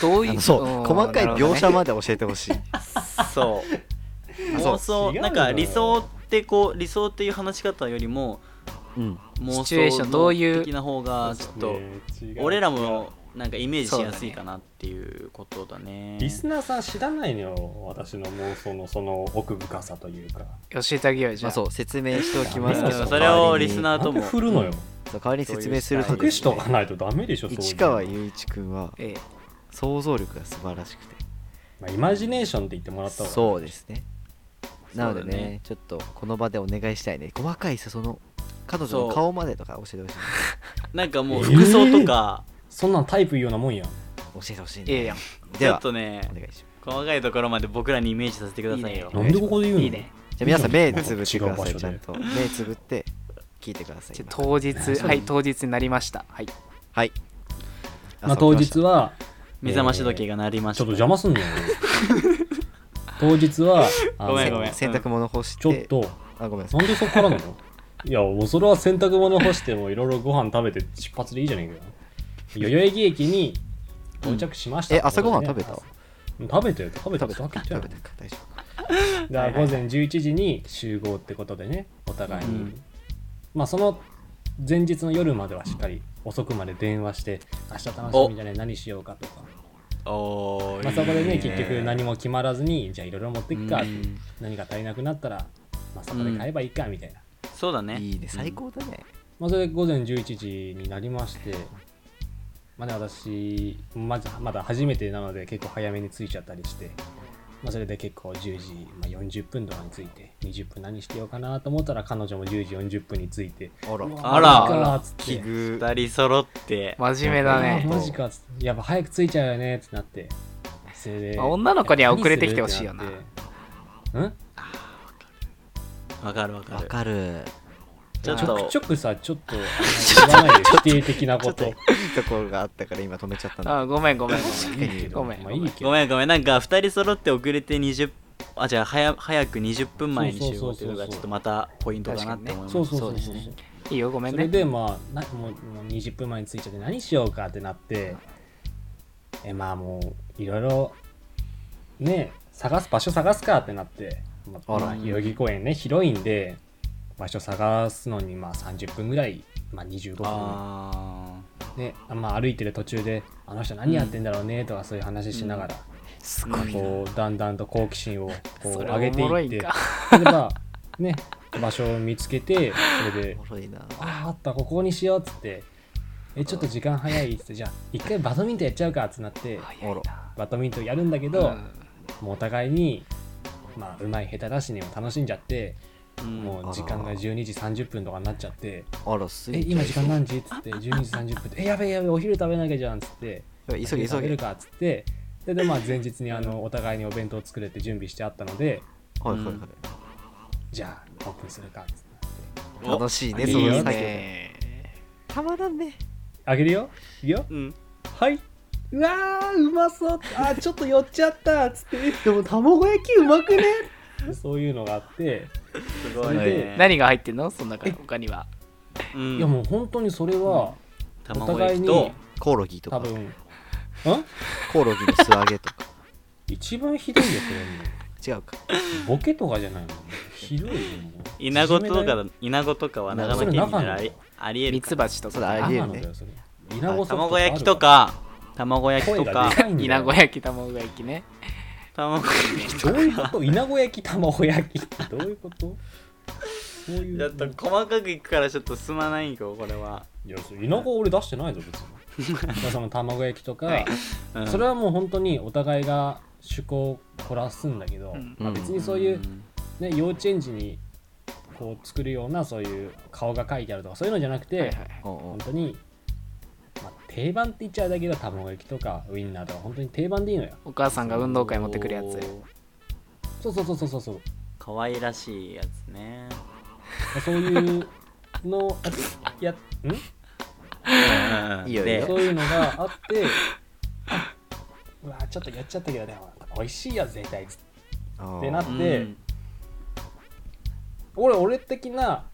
S2: どう
S1: あ
S2: い
S1: の
S2: う
S1: そう細かい描写
S2: も
S1: まで教えてほしい
S3: そう
S1: そう
S3: 妄想
S4: 違うんだよ
S3: なんか理想ってこう理想っていう話し方よりも
S1: うん
S3: 妄
S2: シチュエーションどういう
S3: 想的な方がちょっと
S4: ねえ違う
S3: 俺らもなんかイメージしやすいかなっていうことだね
S4: リスナーさん知らないのよ私の妄想のその奥深さというか
S2: 教えてあげようよじ
S1: ま
S2: ゃ
S1: あ
S2: あ
S1: そう説明しておきますけ
S3: う
S1: ど
S3: んそれを
S1: 代わりに
S3: リスナー
S4: なんで振るのよ
S1: そう代わりに説明すると
S3: そうい
S4: 隠
S3: う
S1: で
S4: し
S1: す
S4: と
S1: ね
S4: かないとダメでしょそういうの
S1: 市川雄一君は
S2: ええ
S1: 想像力が素晴らしくて
S4: まあ、イマジネーションって言ってもらった方が
S1: そうですねなので
S3: そう
S1: ね
S3: だね
S1: ちょっとこの場でお願いしたいね細かいさその彼女
S3: そ
S1: の
S3: う
S1: 顔までとか教えてほしい
S3: なんかもう
S4: えー
S3: 服装とか、
S4: そんなんタイプ言うようなもんやん
S1: 教えてほしい
S2: ええ
S1: ね
S2: やん
S1: で
S3: ちょ
S1: は
S3: っ
S1: お
S3: とね
S1: 願いしま
S3: 細かいところまで僕らにイメージさせてくださいよ
S1: いい
S4: な
S1: ね
S4: んでここで言うの
S2: いいね
S1: すじゃあ皆さん目つぶってくださ
S4: 違う場所
S1: い
S4: で
S1: ちゃんと目つぶって聞いてください
S2: じゃ
S1: 今
S2: あ当日
S4: そう
S2: はい当日になりましたはい
S1: はい
S4: まあ、当日は
S3: 目覚まし時計が鳴りま
S4: ち
S3: した
S4: ょっと邪魔すんのよ当日はあの
S3: ごめんごめん
S1: 洗濯物干して
S4: ちょっと
S1: あごめんなさ
S4: ないんでそこからなのいやもうそれは洗濯物干してもいろいろご飯食べて出発でいいじゃねえかよ代々木駅に到着しました、
S1: え朝ごはん食べた
S4: べた食べて食べた
S1: 食
S4: っ
S1: べ
S4: て
S1: た
S4: わけ
S1: 食
S4: じゃん
S1: べたか大丈夫
S4: だ
S2: は
S4: か
S2: い
S4: ら
S2: はい
S4: 午前11時に集合ってことでねお互いに、
S3: うん
S4: まあその前日の夜まではしっかり遅くまで電話して明日楽しみじゃね何しようかとか、
S3: おー
S4: まあ、そこでね
S3: いい
S4: 結局何も決まらずにじゃあいろいろ持ってくか、
S3: うん
S4: 何か足りなくなったら、まあ、そこで買えばいいかみたいな、
S3: そうだね
S1: いいね最高だね
S4: まあ、それで午前11時になりましてまあね私まずまだ初めてなので結構早めに着いちゃったりして、まあ、それで結構10時、まあ、40分とかに着いて20分何してようかなと思ったら彼女も10時40分に着いて
S1: あら
S4: うわ
S3: あら
S4: マジかっつって
S1: 奇遇
S3: 二人揃って
S2: 真面目だ
S4: う
S2: ね
S4: わマジかっつってやっぱ早く着いちゃうよねってなってそれで
S2: まあ女の子には遅れてきてほしいよな
S4: 何するってなってん
S3: わかるわか
S1: わ
S3: る
S1: か
S4: <laughs>
S1: る
S3: ちょっ
S4: ちょく
S3: と
S4: ちょくさ、ちょっと、あの言わないで否定的な
S1: ちょ
S4: こ
S1: っとい
S4: と
S1: い。ところがあったから今止めちゃったんだ
S2: あごめんごめんごめん
S4: <laughs>
S1: 確かに
S2: ごめん
S4: まあいいけ
S3: ご
S4: ど。
S3: めんごめんなんか二人揃って遅れて20あじゃあ早早く20分前に集合っていうのがちょっとまたポイントかなって思いま
S4: そう
S3: す
S4: そうそうそう。
S2: そうですいいよごめん
S4: そ
S2: ね
S4: れで、まあ、なもうもう20分前に着いちゃって何しようかってなって、え、まあもう、いろいろ、ね、探す、場所探すかってなって、まあ、
S1: あら
S4: まあ代々木公園ね、広いんで、場所探すのに、まあ30分ぐらい、まあ25分
S3: あ
S4: ね、あまあ歩いてる途中で、あの人何やってんだろうねとかそういう話しながら、
S1: すごいな
S4: こうだんだんと好奇心をこ
S2: <laughs>
S4: う
S2: それ
S4: 上げて
S2: おもろ
S4: い
S2: い
S4: っ
S2: ん
S4: て
S2: か
S4: それでまあね場所を見つけてそれで
S1: おもろいな
S4: 「あああったここにしよう」っつって「えちょっと時間早い」っつって「じゃあ一回バドミントンやっちゃうか」っつってなって
S2: 早いな
S4: バドミントンやるんだけど、もうお互いにまあうまい下手だしにも楽しんじゃって、
S3: ーうん
S4: もう時間が12時30分とかになっちゃって
S1: あら
S4: 「
S1: す
S4: え今時間何時?」っつって12時30分で「えやべえやべえお昼食べなきゃじゃん」っつって。
S1: 急げ急げ
S4: 食べるかっつってででまあ前日にあのお互いにお弁当を作れて準備してあったので
S1: はいはいは
S3: う
S1: い
S3: ん
S4: じゃあオープンするかっつって
S3: お
S1: 楽しいね
S4: いい
S1: その
S4: よ
S1: 作業
S2: ね
S1: たまらんね
S4: あげるよいくよ
S3: うん
S4: はいうわーうまそうあーちょっと寄っちゃったっつってでも卵焼きうまくねそういうのがあって
S3: すごい
S4: それで
S3: ね
S2: 何が入ってんのその中に他には
S3: うん
S4: いやもう本当にそれはお
S3: 卵
S4: 互
S3: 焼
S4: い
S3: き
S4: に
S3: と
S1: コオロギと
S4: 多
S1: か
S4: 分ん
S1: コオロギの素揚げとか
S4: 一番ひどいよ
S1: 違うか
S4: それもうボケとかじゃないのひどいよもう
S3: 稲子と
S4: いじめだよ
S3: か稲子とかは長
S4: そ
S3: 野
S4: れ
S3: 県民ならあ
S4: 長野
S3: りありえ
S2: ミ
S3: る
S2: ツ
S3: か
S2: バチと
S1: そうだ
S2: か
S1: ありえる
S4: 長野
S1: ね
S4: だよそれ稲子ソフト
S3: 卵焼きと
S4: あ
S3: か卵
S4: る
S3: 焼きとか
S4: から声がでかいんだよ
S2: 稲子焼き卵焼きね
S3: 卵焼き
S4: どういうこと稲子焼き卵焼きってどういうことそういう
S3: ちょっと細かくいくからちょっと進まないんよこれは、
S4: いやそう稲子俺出してないぞ
S3: <laughs>
S4: 別にだからその卵焼きとか、
S2: はい
S3: うん
S4: それはもう本当にお互いが趣向を凝らすんだけど、
S2: うん
S4: まあ、別にそういう、ね、幼稚園児にこう作るようなそういう顔が書いてあるとかそういうのじゃなくて、
S2: はいはい
S1: おうおう
S4: 本当に、まあ、定番って言っちゃうだけど卵焼きとかウインナーとか本当に定番でいいのよ
S2: お母さんが運動会持ってくるやつ
S4: そうそうそうそうそうそう
S3: 可愛らしいやつね
S4: まあそういうのを
S2: <laughs>
S4: やっん
S1: いいよいいよ
S3: <laughs> で
S4: そういうのがあって、あうわちょっとやっちゃったけどねほら美味しいやつ絶対つって
S1: あ
S4: ってなっ
S1: あ
S4: て
S3: うん
S4: 俺俺的な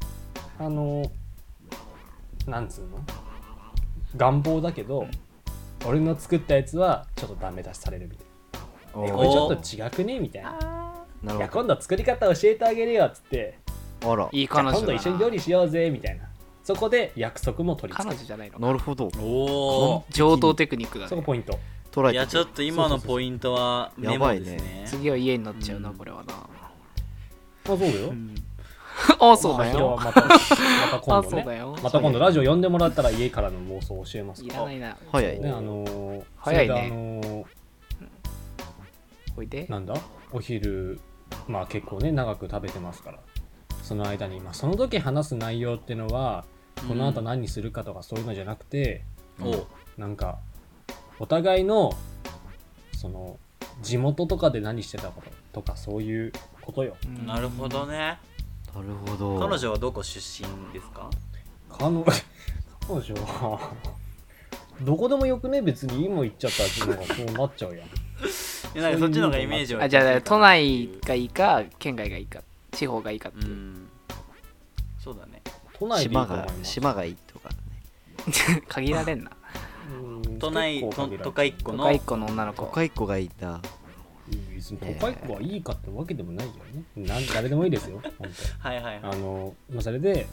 S4: あのなんつうの願望だけど俺の作ったやつはちょっとダメ出しされるみたい
S1: お
S4: なえ
S1: ー
S4: これちょっと違くねみたいな
S1: ないる
S4: や
S1: ほ
S4: 今度作り方教えてあげるよっつって
S1: どあら
S2: いい
S4: じゃあ
S2: 彼女だな
S4: 今度一緒に料理しようぜみたいなそこで約束も取り付
S2: 彼
S4: け
S2: 女
S4: る
S2: じゃないの
S1: なるほど
S3: お
S2: 上等テクニックだ
S4: そこ
S2: ね
S4: ポイント
S1: 捉
S3: お
S1: え
S3: い
S1: て
S3: やちょっと今のポイントはメモです
S1: やばい
S3: ね
S2: 次は家になっちゃうな
S3: うん
S2: これはな <laughs>
S4: あそうだよ
S2: あそうだよ
S4: まあ
S2: <laughs>
S4: そ
S2: あそ
S4: れはまたまた今度
S2: うだ
S4: ね
S2: よ
S4: また今度ラジオ呼んでもらったら家からの妄想を教えます
S2: い
S4: から
S2: ないな
S1: 早い
S4: ねあのー
S2: 早いね
S4: そ
S2: お
S4: れであのー
S2: いで
S4: なんだお昼まあ結構ね長く食べてますからその間に、まあ、その時話す内容ってのはこの後何するかとかそういうのじゃなくて、
S3: おう
S4: なんかお互いのその地元とかで何してたこととかそういうことよ
S2: うん
S3: なるほどね
S1: なるほど
S3: 彼女はどこ出身ですか
S4: 彼女彼女はどこでもよくね別に今行っちゃったらなんかそうなっちゃうや
S3: い
S4: ん
S3: やなんかそっちの方がイメージは
S2: あじゃあ都内がいいか県外がいいか地方がいいかって
S3: う
S2: いう、
S3: んそうだね
S4: 都内でいい
S1: 島
S4: と
S1: が
S4: 思います
S1: 島がいいとかね
S2: <laughs> 限られんな
S4: うん
S3: 都内
S4: 結
S3: と
S4: 構限られてる
S3: 都会っ子
S2: 都
S3: の
S2: 会っ子の女の
S1: 都
S2: 子
S1: 会っ子がいいんだ
S4: 別に都会っ子はいいかってわけでもないよね。なん誰でもいいですよ、本
S3: はいはい
S4: 当。
S3: はい
S4: あの、まあ、それで、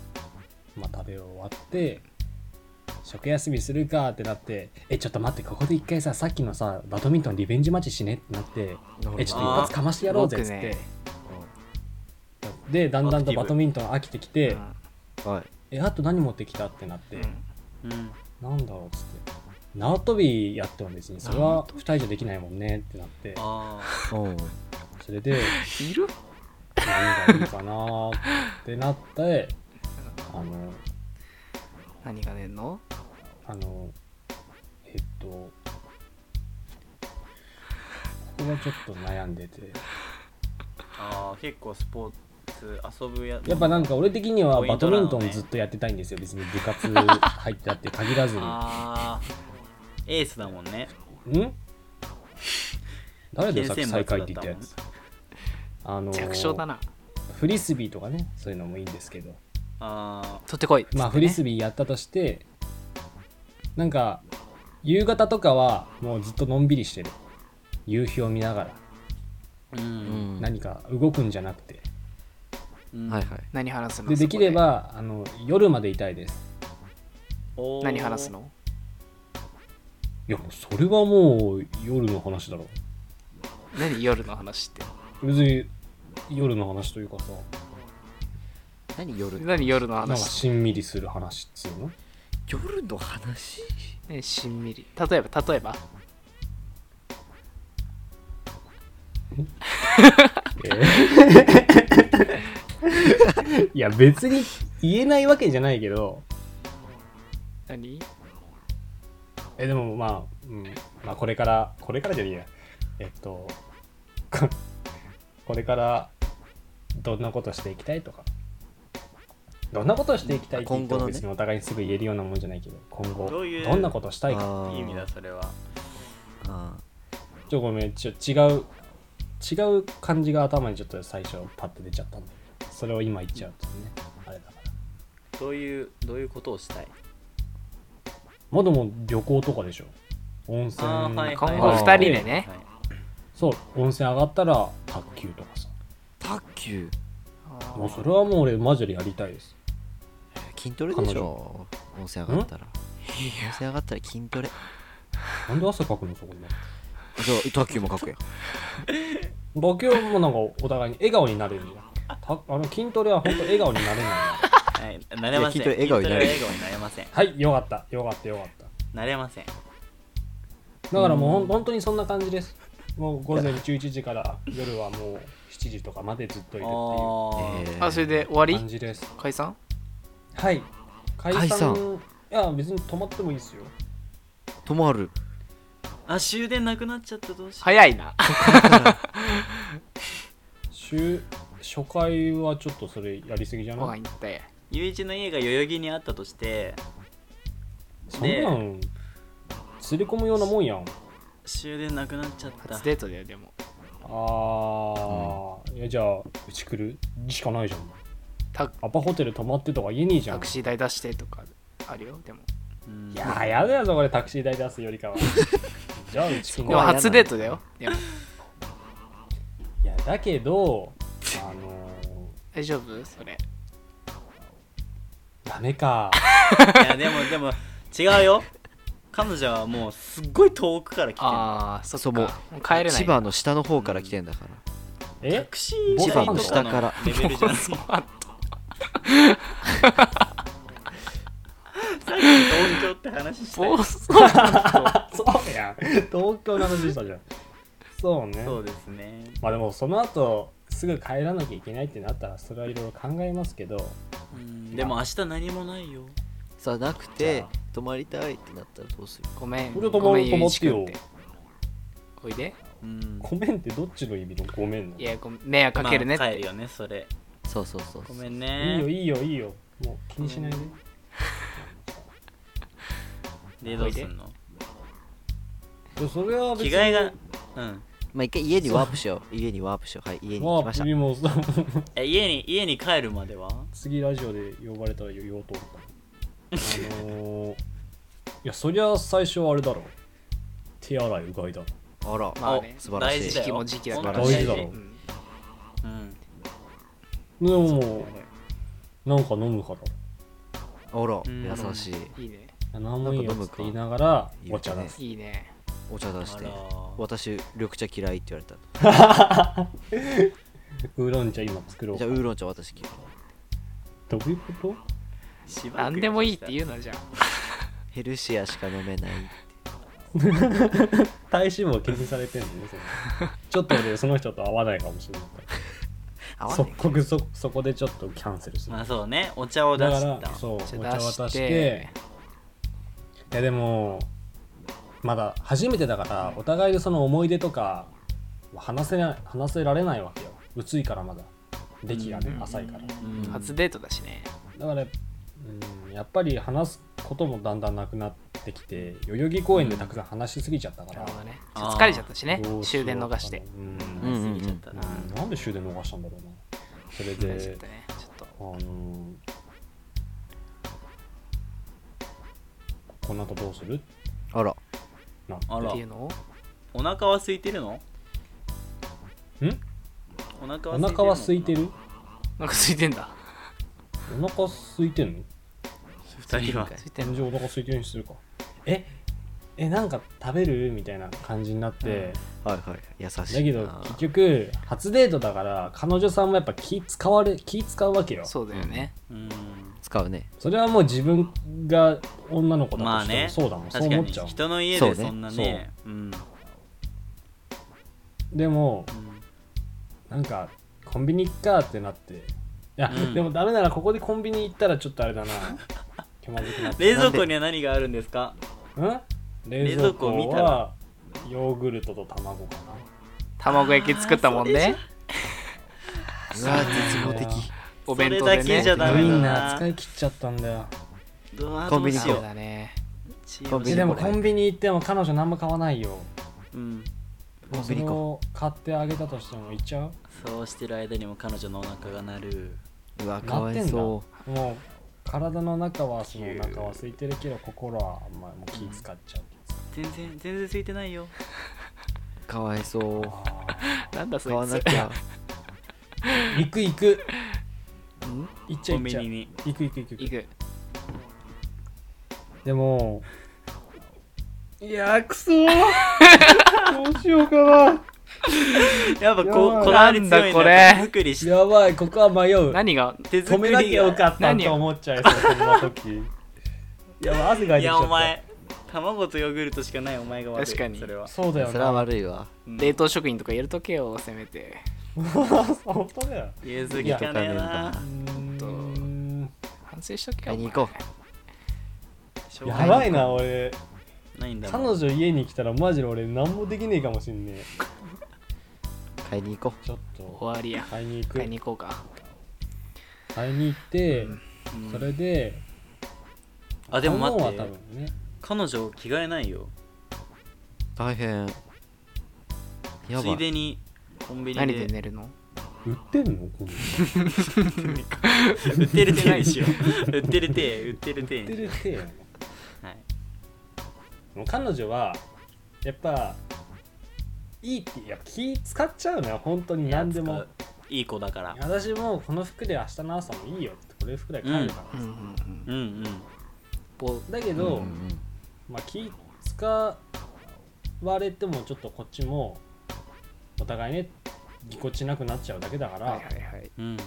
S4: まあ、食べ終わって、食休みするかってなって、え、ちょっと待って、ここで一回さ、さっきのさ、バドミントンリベンジマッチしねってなって、え、ちょっと一発かましてやろうぜっつっ
S2: あー
S4: て
S2: 僕。
S4: で、だんだんと
S3: アクティブ
S4: バドミントン飽きてきて、
S1: はい
S4: え、あと何持ってきたってなって、
S2: うん
S3: うん
S4: なんだろうっつって。縄跳びやっても別にそれは2人じゃできないもんねってなって
S3: あ
S1: おう
S4: それで
S2: いる
S4: 何がいいかなってなってあの
S2: 何が出んの
S4: あのえっとここはちょっと悩んでて
S3: ーあー結構スポーツ遊ぶや
S4: やっぱなんか俺的には
S3: ポイ
S4: バ
S3: ント
S4: ド
S3: な
S4: ミ
S3: のね
S4: ントンずっとやってたいんですよ別に部活入ってたって限らずに
S3: あーエースだもんね
S4: ん誰
S3: 県
S4: でさっき
S3: 選抜
S4: 最下
S3: だ
S4: 位
S3: っ
S4: って言
S3: た
S4: っ
S3: も
S4: たや
S3: ん
S4: つあの
S2: 弱小だな
S4: フリスビーとかねそういうのもいいんですけど
S3: あ
S2: 取ってこい
S4: まあフリス
S2: ビ
S4: ビーやったとしてなんか夕方とかはもうずっとのんびりしてる夕日を見ながら
S3: ーう
S1: うんん
S4: 何か動くんじゃなくて
S3: うん
S1: はいはい
S2: 何話すの
S4: で
S2: そ
S4: で
S2: こ
S4: きればあの夜までいたいです
S3: おー
S2: 何話すの
S4: いやもうそれはもう夜の話だろ
S2: 何夜の話って
S4: 別に夜の話というかさ
S1: 何夜の
S2: 何夜の
S4: なんか
S2: 話
S4: しんみりする話っつうの
S1: 夜の話
S2: ねしんみり例えば例えば
S4: えいや別に言えないわけじゃないけど
S2: 何
S4: えでもまあ、うんまあ、これからこれからじゃねえやえっと <laughs> ここれからどんなことしていきたいとかどんなことしていきたいって言っ
S1: 今
S4: て
S1: 後の
S4: も
S1: ね
S4: 別にお互いにすぐ言えるようなもんじゃないけど今後
S3: どういう
S4: どんなことしたいか
S1: あー
S3: いい意味だそれは
S1: あ
S4: ちょごめんちょ違う違う感じが頭にちょっと最初パッと出ちゃったんでそれを今言っちゃうとねあれだから
S3: どういうどういうことをしたい
S4: まあでも旅行とかでしょ温泉
S3: あーはい
S2: 今
S3: はい
S2: 後
S3: はい
S2: 二人でね
S3: はい
S4: そう温泉上がったら卓球とかさ
S1: 卓球
S2: あ
S4: もうそ
S2: ー
S4: れはもう俺マジでやりたいです
S1: 筋トレでしょ温泉上がったら温泉上がったら筋トレ
S4: なんで汗かくのそこに
S1: じゃあ卓球も書くや
S4: 妥協もなんかお互いに笑顔になれるんだたあの筋トレは本当笑顔になれないんだ
S3: はい、なれません。
S1: いや聞いてる笑顔になる
S3: 聞いてる笑顔になれません。
S4: はいよかったよかったよかった
S3: なれません。
S4: だからもうほん本当にそんな感じですもう午前11時から夜はもう7時とかまでずっといるっ
S3: あー
S1: えー
S2: あそれで終わ
S4: ていう
S2: り
S4: 感じです
S2: 解散
S4: はい解散
S1: 解散
S4: いや別に泊まってもいいですよ
S1: 止まる
S3: あ、終電なくなっちゃったどうしよ
S2: 早いな
S4: 週初回はちょっとそれやりすぎじゃ
S2: ご
S4: な
S2: 飯
S4: い
S2: 行って
S3: う。友一の家が代々木にあったとして、
S4: そんなん連れ込むようなもんやん
S3: 終電なくなっちゃった
S2: 初デートだよでも
S4: ああ、いやじゃあうち来るしかないじゃん
S2: タク
S4: アパホテル泊まってとか言えねえじゃ
S2: タ
S4: ん
S2: クシー代出してとかあるよでも
S3: うん
S4: いやーやだよそこでタクシー代出すよりかはじゃあうち来
S2: で
S4: な
S2: も
S4: い
S1: は
S2: 初デートだよでも
S4: いやだけどあの
S2: 大丈夫それ
S4: ー、ダメか
S3: いやでもでも違うよ彼女はもうすっごい遠くから来てるの
S2: ああそっ
S1: そ
S2: か
S1: うもう
S2: もう帰れない
S1: 千葉の下の方から来てんだから、
S3: タ <laughs>
S4: え
S3: クシー
S4: 千
S3: 代
S4: 葉の
S3: とか
S1: 下から
S3: レベルじゃない
S2: <laughs> そ
S3: さっき
S2: うあ
S3: 東京って話して
S2: 暴走
S4: そうやん東京の話したじゃんそうね
S3: <laughs> そうですね
S4: まあでもその後すぐ帰らなきゃいけないってなったらそれはいろいろ考えますけど
S3: うんでも明日何もないよ
S1: さあなく
S4: じ
S1: て
S4: ゃあ
S1: 泊まりたいってなったらどうする
S2: ごめん
S4: それとも
S2: ごめん
S4: とも
S2: ゆういちくん
S4: ってよ
S2: おいで
S3: うん
S4: ごめんってどっちの意味のごめんの
S2: い
S4: い
S2: やごめん迷惑かけるねって、
S3: まあ帰るよねそれ
S1: そうそうそう
S3: ごめん
S4: いよ
S3: ね
S4: いいよいいよもう気にしないで、
S3: でどうすんの
S4: いやそれは
S3: 着
S4: 別に
S3: 替えがうん
S1: まあ一回家にワープしよう家にワープしようはい家に
S4: ま
S1: 来
S4: あ
S1: ました
S4: 君もそう
S3: え家に家に帰るまでは
S4: 次ラジオで呼ばれたら言おうと思ったあのー、いやそりゃ最初はあれだろ手洗いうがいだろ
S1: あら、
S2: まあね
S1: お素晴らしい
S3: 大事
S2: 時
S3: だ
S2: 期
S3: よ
S2: も時期だから
S4: 大事だろ
S2: うん
S3: うん
S4: でもなんか飲むから
S1: あら
S3: うん
S1: 優しい
S2: いいね
S4: いや何もいいよ
S1: なんか飲む
S4: っ
S1: か
S4: て言いながら
S1: いいよ
S4: お
S1: ね
S4: 茶出す
S2: いいね
S1: お茶出し
S3: あ
S1: て
S3: ら
S1: 私緑茶嫌いって言われた
S4: ウーロン茶今作ろう
S1: じゃあウーロン茶私嫌い
S4: どういうこと
S2: 何でもいいって言うのじゃ
S1: ヘルシアしか飲めない
S4: 体脂肪気にされてんのねそれちょっと俺その人と会わないかもしれないか
S1: 合
S4: ら
S1: わない
S4: 即刻そそこでちょっとキャンセルする
S3: まあそうねお茶を出
S4: だ
S3: し
S4: か
S3: た
S4: らそうお
S2: お茶
S4: 茶
S2: 出
S4: 渡
S2: して
S4: していやでもまだ初めてだからお互いでその思い出とか話せない話せられないわけよ薄いからまだ歴がね
S3: うん
S4: 浅いからだ
S3: うん
S2: ん初デートだしね
S4: からうんやっぱり話すこともだんだんなくなってきて代々木公園でたくさん話しすぎちゃったか
S2: な
S4: ら
S2: るほどね
S3: あー
S2: 疲れちゃったしね
S4: どうし
S2: 終
S4: ようか
S2: 電
S4: な
S2: 逃して
S4: うん
S1: うんうんうん
S3: 過ぎちゃったな
S4: うんなんで終電逃したんだろうなそれ
S2: 疲れちゃ
S4: で
S2: ったねちょっと
S4: あのーこの後どうする
S1: あら
S4: な
S3: あら
S2: っていうのを
S3: お腹は空いてるの
S4: ん
S3: お腹は
S4: お腹は空いて
S3: の
S4: る
S2: なんか空いてんだ
S4: お腹空いてんの
S3: 二人は
S1: 空い
S2: 空いてんの
S4: 全然お腹空いてるようにするかええなんか食べるみたいな感じになって、
S1: はいはい優しいな
S4: だけど結局初デートだから彼女さんもやっぱ気使われ気使うわけよそ
S2: そうだよね
S3: うん
S1: 使うね
S4: れはもう自分が女の子だ
S3: ま
S4: と
S3: あ
S4: しても
S3: ね
S4: そうだもん、そう
S3: 確か
S4: 思っ
S3: に
S4: ちゃうもん
S3: 人の家
S1: そう
S3: で
S1: ね
S3: そんなねうん
S4: でも
S3: うん
S4: なんかコンビニ行っかってなっていや、
S3: うん
S4: でもダメならここでコンビニ行ったらちょっとあれだな気まずくなって
S3: 冷蔵庫には何があるんですか
S4: ん
S3: 冷
S4: 冷
S3: 蔵
S4: 蔵
S3: 庫を見
S4: 庫
S3: たら
S4: はヨーグルトと卵かな
S2: 卵焼き作ったもんね
S1: うわ絶望的
S2: お弁当で
S3: それだけ
S2: ね
S3: じゃダメ
S4: ウイ
S3: だ
S4: ン
S3: な
S4: ナー使い切っちゃったんだよ
S3: うわ
S1: コンビニ
S3: どうし
S1: 行
S2: そ
S3: よ
S2: うだね
S3: うチー
S1: コ
S3: ム
S1: ンビ
S4: え
S1: ニ
S4: でも
S1: これ
S4: コンビニ行っても彼女何も買わないよ
S3: うん
S1: コンビニ
S4: それ
S1: 行こ
S4: を買ってあげたとしても行っちゃう
S3: そうしてる間にも彼女のお腹が鳴る
S1: ううわかわいそ
S4: もう体の中はそのお腹は空いてるけど心はあんまりもう気使っちゃう、
S3: 全然全然空いてないよ
S1: うかわいそう
S2: なんだ
S1: 買
S2: そ
S1: わ
S2: い
S1: な
S2: つ
S1: きゃ
S4: 行く行く
S2: ん
S4: 行っちゃ
S3: コン
S4: う行っ
S3: ビ
S4: ちゃう
S3: ニに
S4: 行く行く行く
S2: 行く
S4: でもいやーくそ <laughs> ーどうしようかな
S3: やっぱこ
S4: やばい
S3: こだわり
S2: な
S3: 強い
S2: んだ
S3: ね
S2: これ
S3: やっぱ手作りして
S4: やばいここは迷う
S2: 何が
S3: 手
S4: 止
S3: 作
S4: め
S3: り
S4: なきゃよかった
S2: 何
S4: と
S2: を
S4: 思っちゃいそうこんな時いや汗が
S3: い
S4: 出ちゃ
S3: や
S4: った
S3: お前卵とヨーグルトしかないお前が悪い
S2: 確かに
S3: それは
S4: そうだよ
S1: それは
S4: な
S1: 悪いわ
S3: うん
S2: 冷凍食品とかやるとけよせめて
S4: <laughs> 本当だよ
S3: 融通きかねえな
S4: うーん
S2: 反省しとけ
S1: 買
S2: よ
S1: いに行こ
S3: しょうが
S4: やばいな俺
S3: ないんだ
S4: 彼
S3: もん
S4: 女家に来たらマジで俺何もできねえかもしんねえ
S1: う買いに行こ
S4: ちょっ
S2: お前
S4: と
S2: 終わりや
S4: 買いに行く
S2: 買いに行こうか
S4: 買いに行って、
S3: うん
S4: それで
S3: あでも待っ
S4: 買うの
S3: て
S4: は多分ね
S3: 彼女着替えないよ
S1: 大変や
S3: つ
S1: ば
S3: い
S1: い
S3: でにコンビニ
S2: 何で
S3: で
S2: 寝るの
S4: 売ってんのこの
S3: 売ってるてないで
S4: <laughs>
S3: しょ売ってるて売ってるて
S4: 売ってるって
S3: はい
S4: もう彼女はやっぱいいってやっぱ気使っちゃうのよ本当に何でも
S3: いい子だから
S4: 私もこの服で明日の朝もいいよってこれ服で帰るから、
S2: うんうん
S3: うんうん
S2: ぼ
S4: だけ
S1: うん
S4: ど、
S1: うん
S4: まあ、気使われてもちょっとこっちもお互いねぎこちなくなっちゃうだけだから、
S2: はいはいはい
S3: うん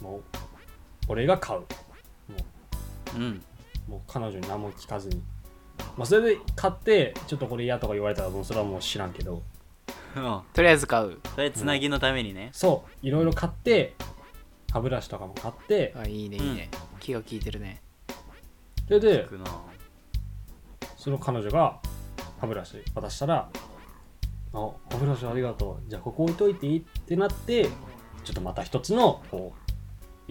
S4: もう俺が買うも
S3: うん
S4: うもう彼女に何も聞かずに、まあ、それで買ってちょっとこれ嫌とか言われたらもうそれはもう知らんけど
S3: うん
S2: とりあえず買う
S3: それつなぎのためにね
S4: そういろいろ買って歯ブラシとかも買って
S2: あいいねいいね、気が利いてるね
S4: それで
S3: 行くな
S4: その彼女が歯ブラシ渡したら「あ歯ブラシありがとうじゃあここ置いといていい?」ってなってちょっとまた一つのこう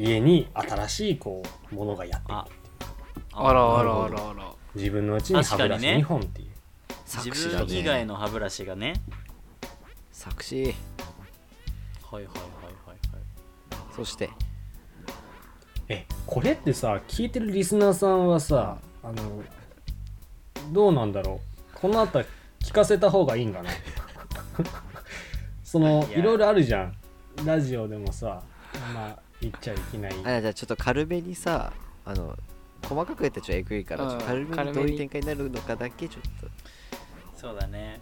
S4: 家に新しいこうものがやってくる
S3: あ
S2: あらあらあらあら
S4: 自分のうちに歯ブラ
S3: 確
S4: シ
S3: かにね
S4: 2本っていう、
S3: 自
S1: 作詞だ
S3: 分
S1: ね
S3: 以外の歯ブラシがね
S1: 作詞
S3: はいはいはいはいはい
S1: そして
S4: えこれってさ聞いてるリスナーさんはさあのどうなんだろうこのあたり聞かせた方がいいんかな <laughs> その
S3: いや
S4: いろいろあるじゃんラジオでもさあんま言っちゃいけない
S1: あじゃあちょっと軽めにさあの細かくやったらちょっとえぐいから、
S2: うん
S1: ちょっと軽め
S2: 軽め
S1: に
S2: に
S1: どういう展開になるのかだけちょっと
S3: そうだね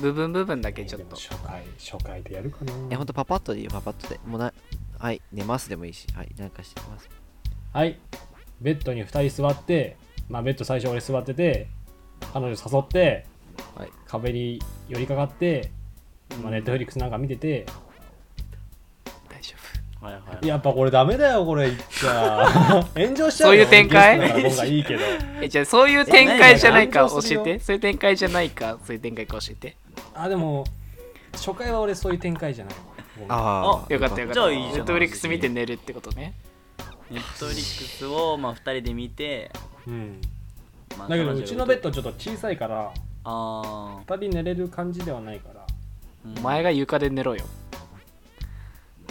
S2: 部分部分だけちょっ
S4: でも
S2: と
S4: 初回初回でやるかな
S1: えほんとパパッとでいいよパパッとでもうなはい寝ますでもいいしはいなんかしてます
S4: はいベッドに2人座ってまあベッド最初俺座ってて彼女誘って、
S1: はい
S4: 壁に寄りかかって、まあ、ネットフリックスなんか見てて、
S2: 大丈
S3: はいはい
S4: やっぱこれダメだよこれ言っち <laughs> ゃ炎上しちゃ
S2: そう
S4: うよ
S2: いう展開
S4: ゲストだから今回いいけど
S2: 夫えじゃあそういう展開じゃないか
S4: えな
S2: 教
S4: んか
S2: えてそういう展開じゃないかそういう展開か教えて
S4: あでも初回は俺そういう展開じゃないごめん
S1: あ
S2: よかったよかった
S3: じゃあいいじゃん
S2: ネットフリックス見て寝るってことね
S3: ネットフリックスをまあ2人で見て、
S4: うん、
S3: まあ、
S4: だけど
S3: 彼女
S4: う
S3: が
S4: ちのベッドちょっと小さいから
S3: あ
S4: 2人寝れる感じではないから
S3: あ
S2: お前が床で寝ろよ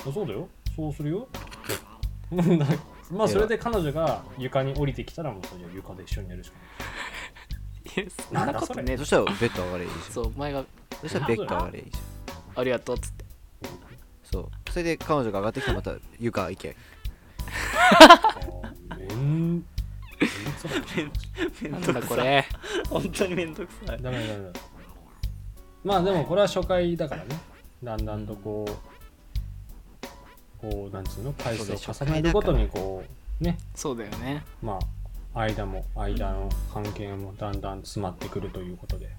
S4: そうだよそうするよ <laughs> まあそれで彼女が床に降りてきたらもうそれじゃあ床で一緒に寝るしか
S2: いやそんなことねえ
S1: そ
S2: だ
S1: したらベッド上がれいいじゃ
S2: そ
S1: ん
S2: うお前が
S1: そしたらベッド上がれいいじゃん
S2: ありがとうっつって
S1: そうそれで彼女が上がってきたらまた床行け
S4: ないめんめんどくさかっ
S3: め
S2: なんん
S3: ど
S2: だ
S3: く
S2: こ
S3: さい
S2: れ
S3: <laughs> 本当にめんどくさい
S4: たダメだダメだまあでもこれは初回だからねだんだんとこうこうなんつうの回数を重ねるごとにこうね
S2: そうだよね
S4: まあ間も間の関係もだんだん詰まってくるということで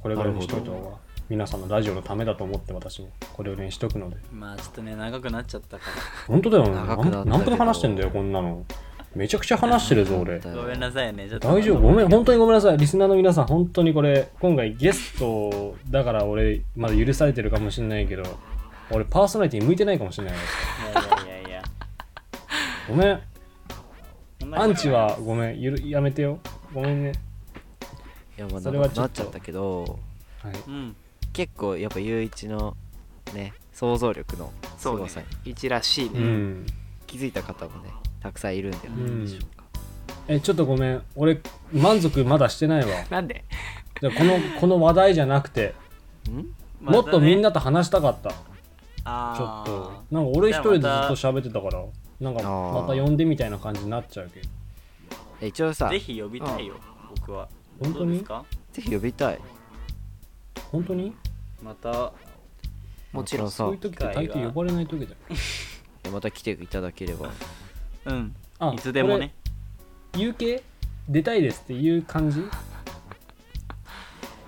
S4: これぐらいにしといた方が皆さんのラジオのためだと思って私もこれを練しとくので
S3: まあちょっとね長くなっちゃったか
S4: 本当だよね
S1: 長くなったけど
S4: 何分話してんだよこんなのめちゃくちゃ話してるぞ俺
S1: だ
S3: ら
S1: よ
S3: ごめんなさいねちょっと
S4: 大丈夫ごめん本当にごめんなさいリスナーの皆さん本当にこれ今回ゲストだから俺まだ許されてるかもしれないけど俺パーソナリティ向いてないかもしれない
S3: いやいやいやいや
S4: ごめん
S3: そんな
S4: <laughs> ア
S3: こと
S4: ンチはごめんゆるやめてよごめんね
S1: いやまあ
S4: それは
S1: 長く
S4: ちょ
S1: な
S4: っ
S1: っ
S4: と
S1: ちゃったけど
S4: はい
S3: うん
S1: 結構やっぱ雄一のね想像力のす
S2: そう
S1: ご
S2: ね
S1: さに
S2: 一らしいうね
S4: ん
S1: 気づいた方もねたくさんいるんではないでしょうか、
S4: えちょっとごめん俺満足まだしてないわ
S2: なんで
S4: じゃあこのこの話題じゃなくて、
S1: ん
S3: また
S4: も
S3: ね
S4: っとみんなと話したかったちょ
S3: あ
S4: っ
S3: ー
S4: となんか俺一人でずっと喋ってたからなんか
S1: あー
S4: また呼んでみたいな感じになっちゃうけど
S1: え一応さ
S3: ぜひ呼びたいよ僕は
S4: 本
S3: ど
S4: 当
S3: うで
S4: に
S3: すか
S1: ぜひ呼びたい
S4: 本当に
S3: また
S2: もちろん
S1: さ
S4: そういう時って大抵呼ばれない時だよ
S1: また来ていただければ
S3: うん
S4: あ
S3: いつでもね
S4: これ有形出たいですっていう感じ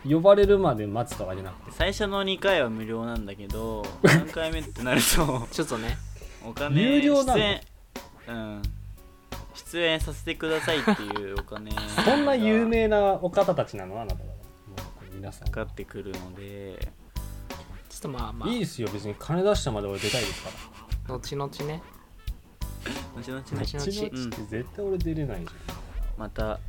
S4: 呼ばれるまで待つとかじゃなくて
S3: 最初の2回は無料なんだけ
S4: <laughs>
S3: ど3回目ってなると <laughs>
S2: ちょっとね
S3: お金
S4: 有料なの
S3: 出演うん出演させてくださいっていうお金
S4: <laughs> そんな有名なお方たちなのあなたはもう皆さん
S3: かかってくるので
S2: ちょっとまあまあ
S4: いいですよ別に金出したまで俺出たいですから
S2: 後々ね
S3: 後々
S2: 後々
S3: ね
S4: うちの父って絶対俺出れないじ
S3: また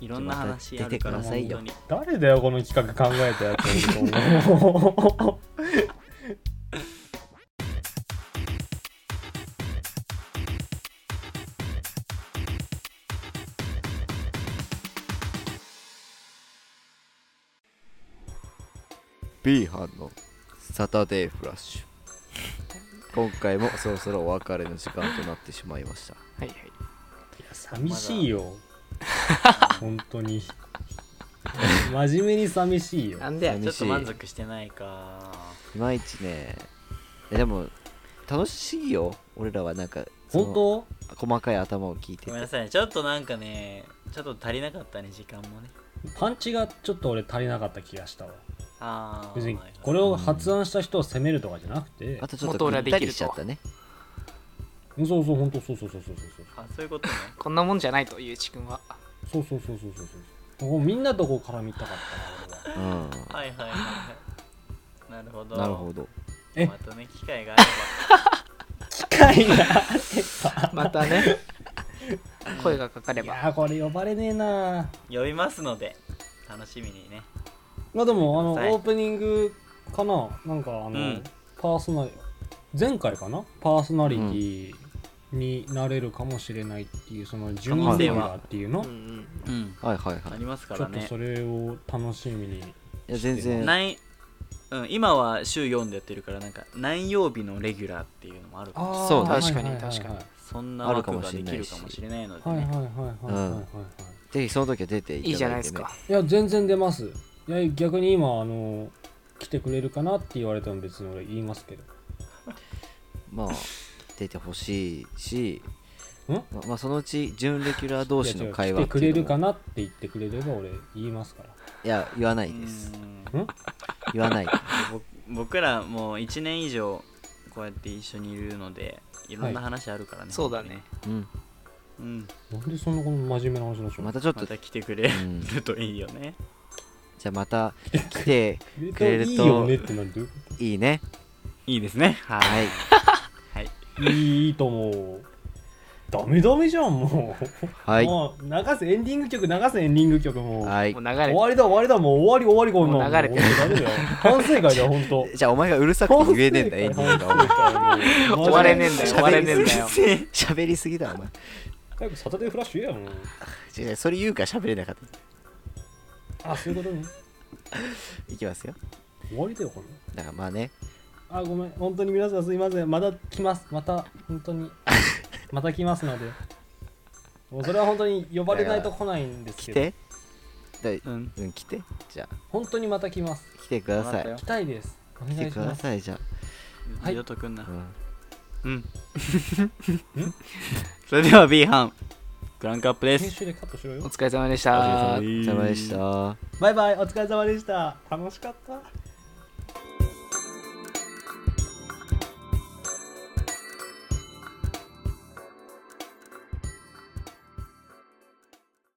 S3: いろんな話あるから
S1: 出てくださいよ
S3: 本当に
S4: 誰だよこの企画考えたやつ <laughs> もう
S1: ーハンのサタデーフラッシュ今回もそろそろお別れの時間となってしまいました
S2: はいはい
S4: いや寂しいよ本当に真面目に寂しいよ
S2: なんでや
S1: 寂しい
S3: ちょっと満足してないか
S1: いまいちねいやでも楽しいよ俺らはなんかその
S4: 本当
S1: 細かい頭を聞いてて
S3: ごめんなさいねちょっとなんかねちょっと足りなかったね時間もね
S4: パンチがちょっと俺足りなかった気がしたわ
S3: ああ
S4: 別にこれを発案した人を責めるとかじゃなくて
S1: あとちょっ
S2: 元
S1: とぐ
S2: 裏
S1: っ
S2: で
S1: た
S2: きると
S1: りしちゃったね
S4: うんそうそう本当そうそうそうそうそうそう
S3: あそういうことね
S2: こんなもんじゃないとゆうちくんは
S4: そうそうそうそうそうそうもうみんなとこう絡みたかったな俺
S1: う
S4: は
S1: ん
S3: はいはいはいはいなるほど
S1: なるほど
S4: え
S3: またね機会があれ
S4: 機会が
S2: またね声がかかれ
S4: い
S2: ば
S4: やーこれ呼ばれねえな
S3: ば呼びますので楽しみにね
S4: まあでもあの、
S3: はい
S4: オープニングかななんかあの、
S3: うん
S4: パーソナリ前回かなパーソナリティになれるかもしれないっていうその準
S1: 可能
S4: レギ
S1: 性
S4: ュ
S1: は
S4: ラーっていうの、
S2: うんうん
S3: うん
S1: はいはいは
S3: あ
S1: い
S3: りますか
S4: ちょ
S3: ら
S4: っと
S3: ね
S4: それを楽しみに
S1: いや全然
S3: ないうん、今は週4でやってるからなんか何曜日のレギュラーっていうのもあるから
S4: あー
S1: そうね
S2: 確かに
S4: はいはいはい
S2: 確かに
S3: そんな
S1: あるか
S3: 枠
S1: も
S3: が
S1: し
S3: で
S1: れ
S3: き
S1: ないし
S3: るかもしれないので
S4: はいはい
S3: ね
S4: はいはいはいはいはい、
S1: ぜひその時は出ていただいて、ね、
S2: いいじゃないですか
S4: いや全然出ますいや逆に今あの来てくれるかなって言われても別に俺言いますけど
S1: まあ出てほしいし
S4: ん
S1: ままあそのうち準レギュラー同士の会
S4: い
S1: 話
S4: や違う来てくれるか
S1: な
S4: なって言ってくれれば俺言いますから
S1: いや言わな
S3: う
S1: いです
S3: ん
S4: うん
S1: 言わない
S3: ぼ僕らもう1年以上こうやって一緒にいるのでいろんな話あるからね、
S2: そうだね
S1: うん
S3: うん
S4: なんでそんなこの真面目な話になっちゃうの
S1: またちょっ
S3: ま
S1: と
S3: た来てくれ
S1: うん
S3: <laughs> るといいよね
S1: じゃあまた来て
S4: くれるといいよねって何どういうこ
S1: いいね
S3: いいですねは、
S1: はいい
S3: はい、
S4: といいともうダメダメじゃんもう、
S1: はい
S4: もう流すエンディング曲流すエンディング曲もう、
S1: はい
S2: もう流れ
S4: 終
S2: て
S4: わりだ終わりだもう終わり終わりこんな
S2: もう流れてる
S4: もうダメだよ反省会だよほんと
S1: じゃあお前がうるさくて言えねえんだエンディング
S4: <laughs>
S1: が
S2: 終われねえんだよ終われねえんだよ
S1: 喋りすぎだお前
S4: 早くサタデーフラッシュ言えよもう
S1: 違う違うそれ言うから喋れなかった
S4: あそういうことね
S1: いきますよ
S4: 終わりだよこれ
S1: だからまあね
S4: あごめん本当に皆さんすいませんまた来ますまた本当にまた来ますのでもうそれは本当に呼ばれないと来ないんです
S1: 来
S4: けど
S1: てだい
S3: うん、
S1: うん来てじゃあ
S4: 本当にまた来ます
S1: 来てくださ
S3: わかった
S1: い
S3: よ
S4: 来たいですお
S1: 来
S4: 願
S1: て
S4: いし
S1: くだ
S4: ます
S1: さいじゃ
S3: はい、よとくんな
S1: あ、うん
S3: うん。それでは B 班、クランクアップで
S4: 編
S3: す。
S4: 集でカットしろ
S2: お
S4: よ
S2: 疲れ様でし
S1: お
S2: た
S1: 疲れ様でした
S4: バイバイお疲れ様でした楽しかった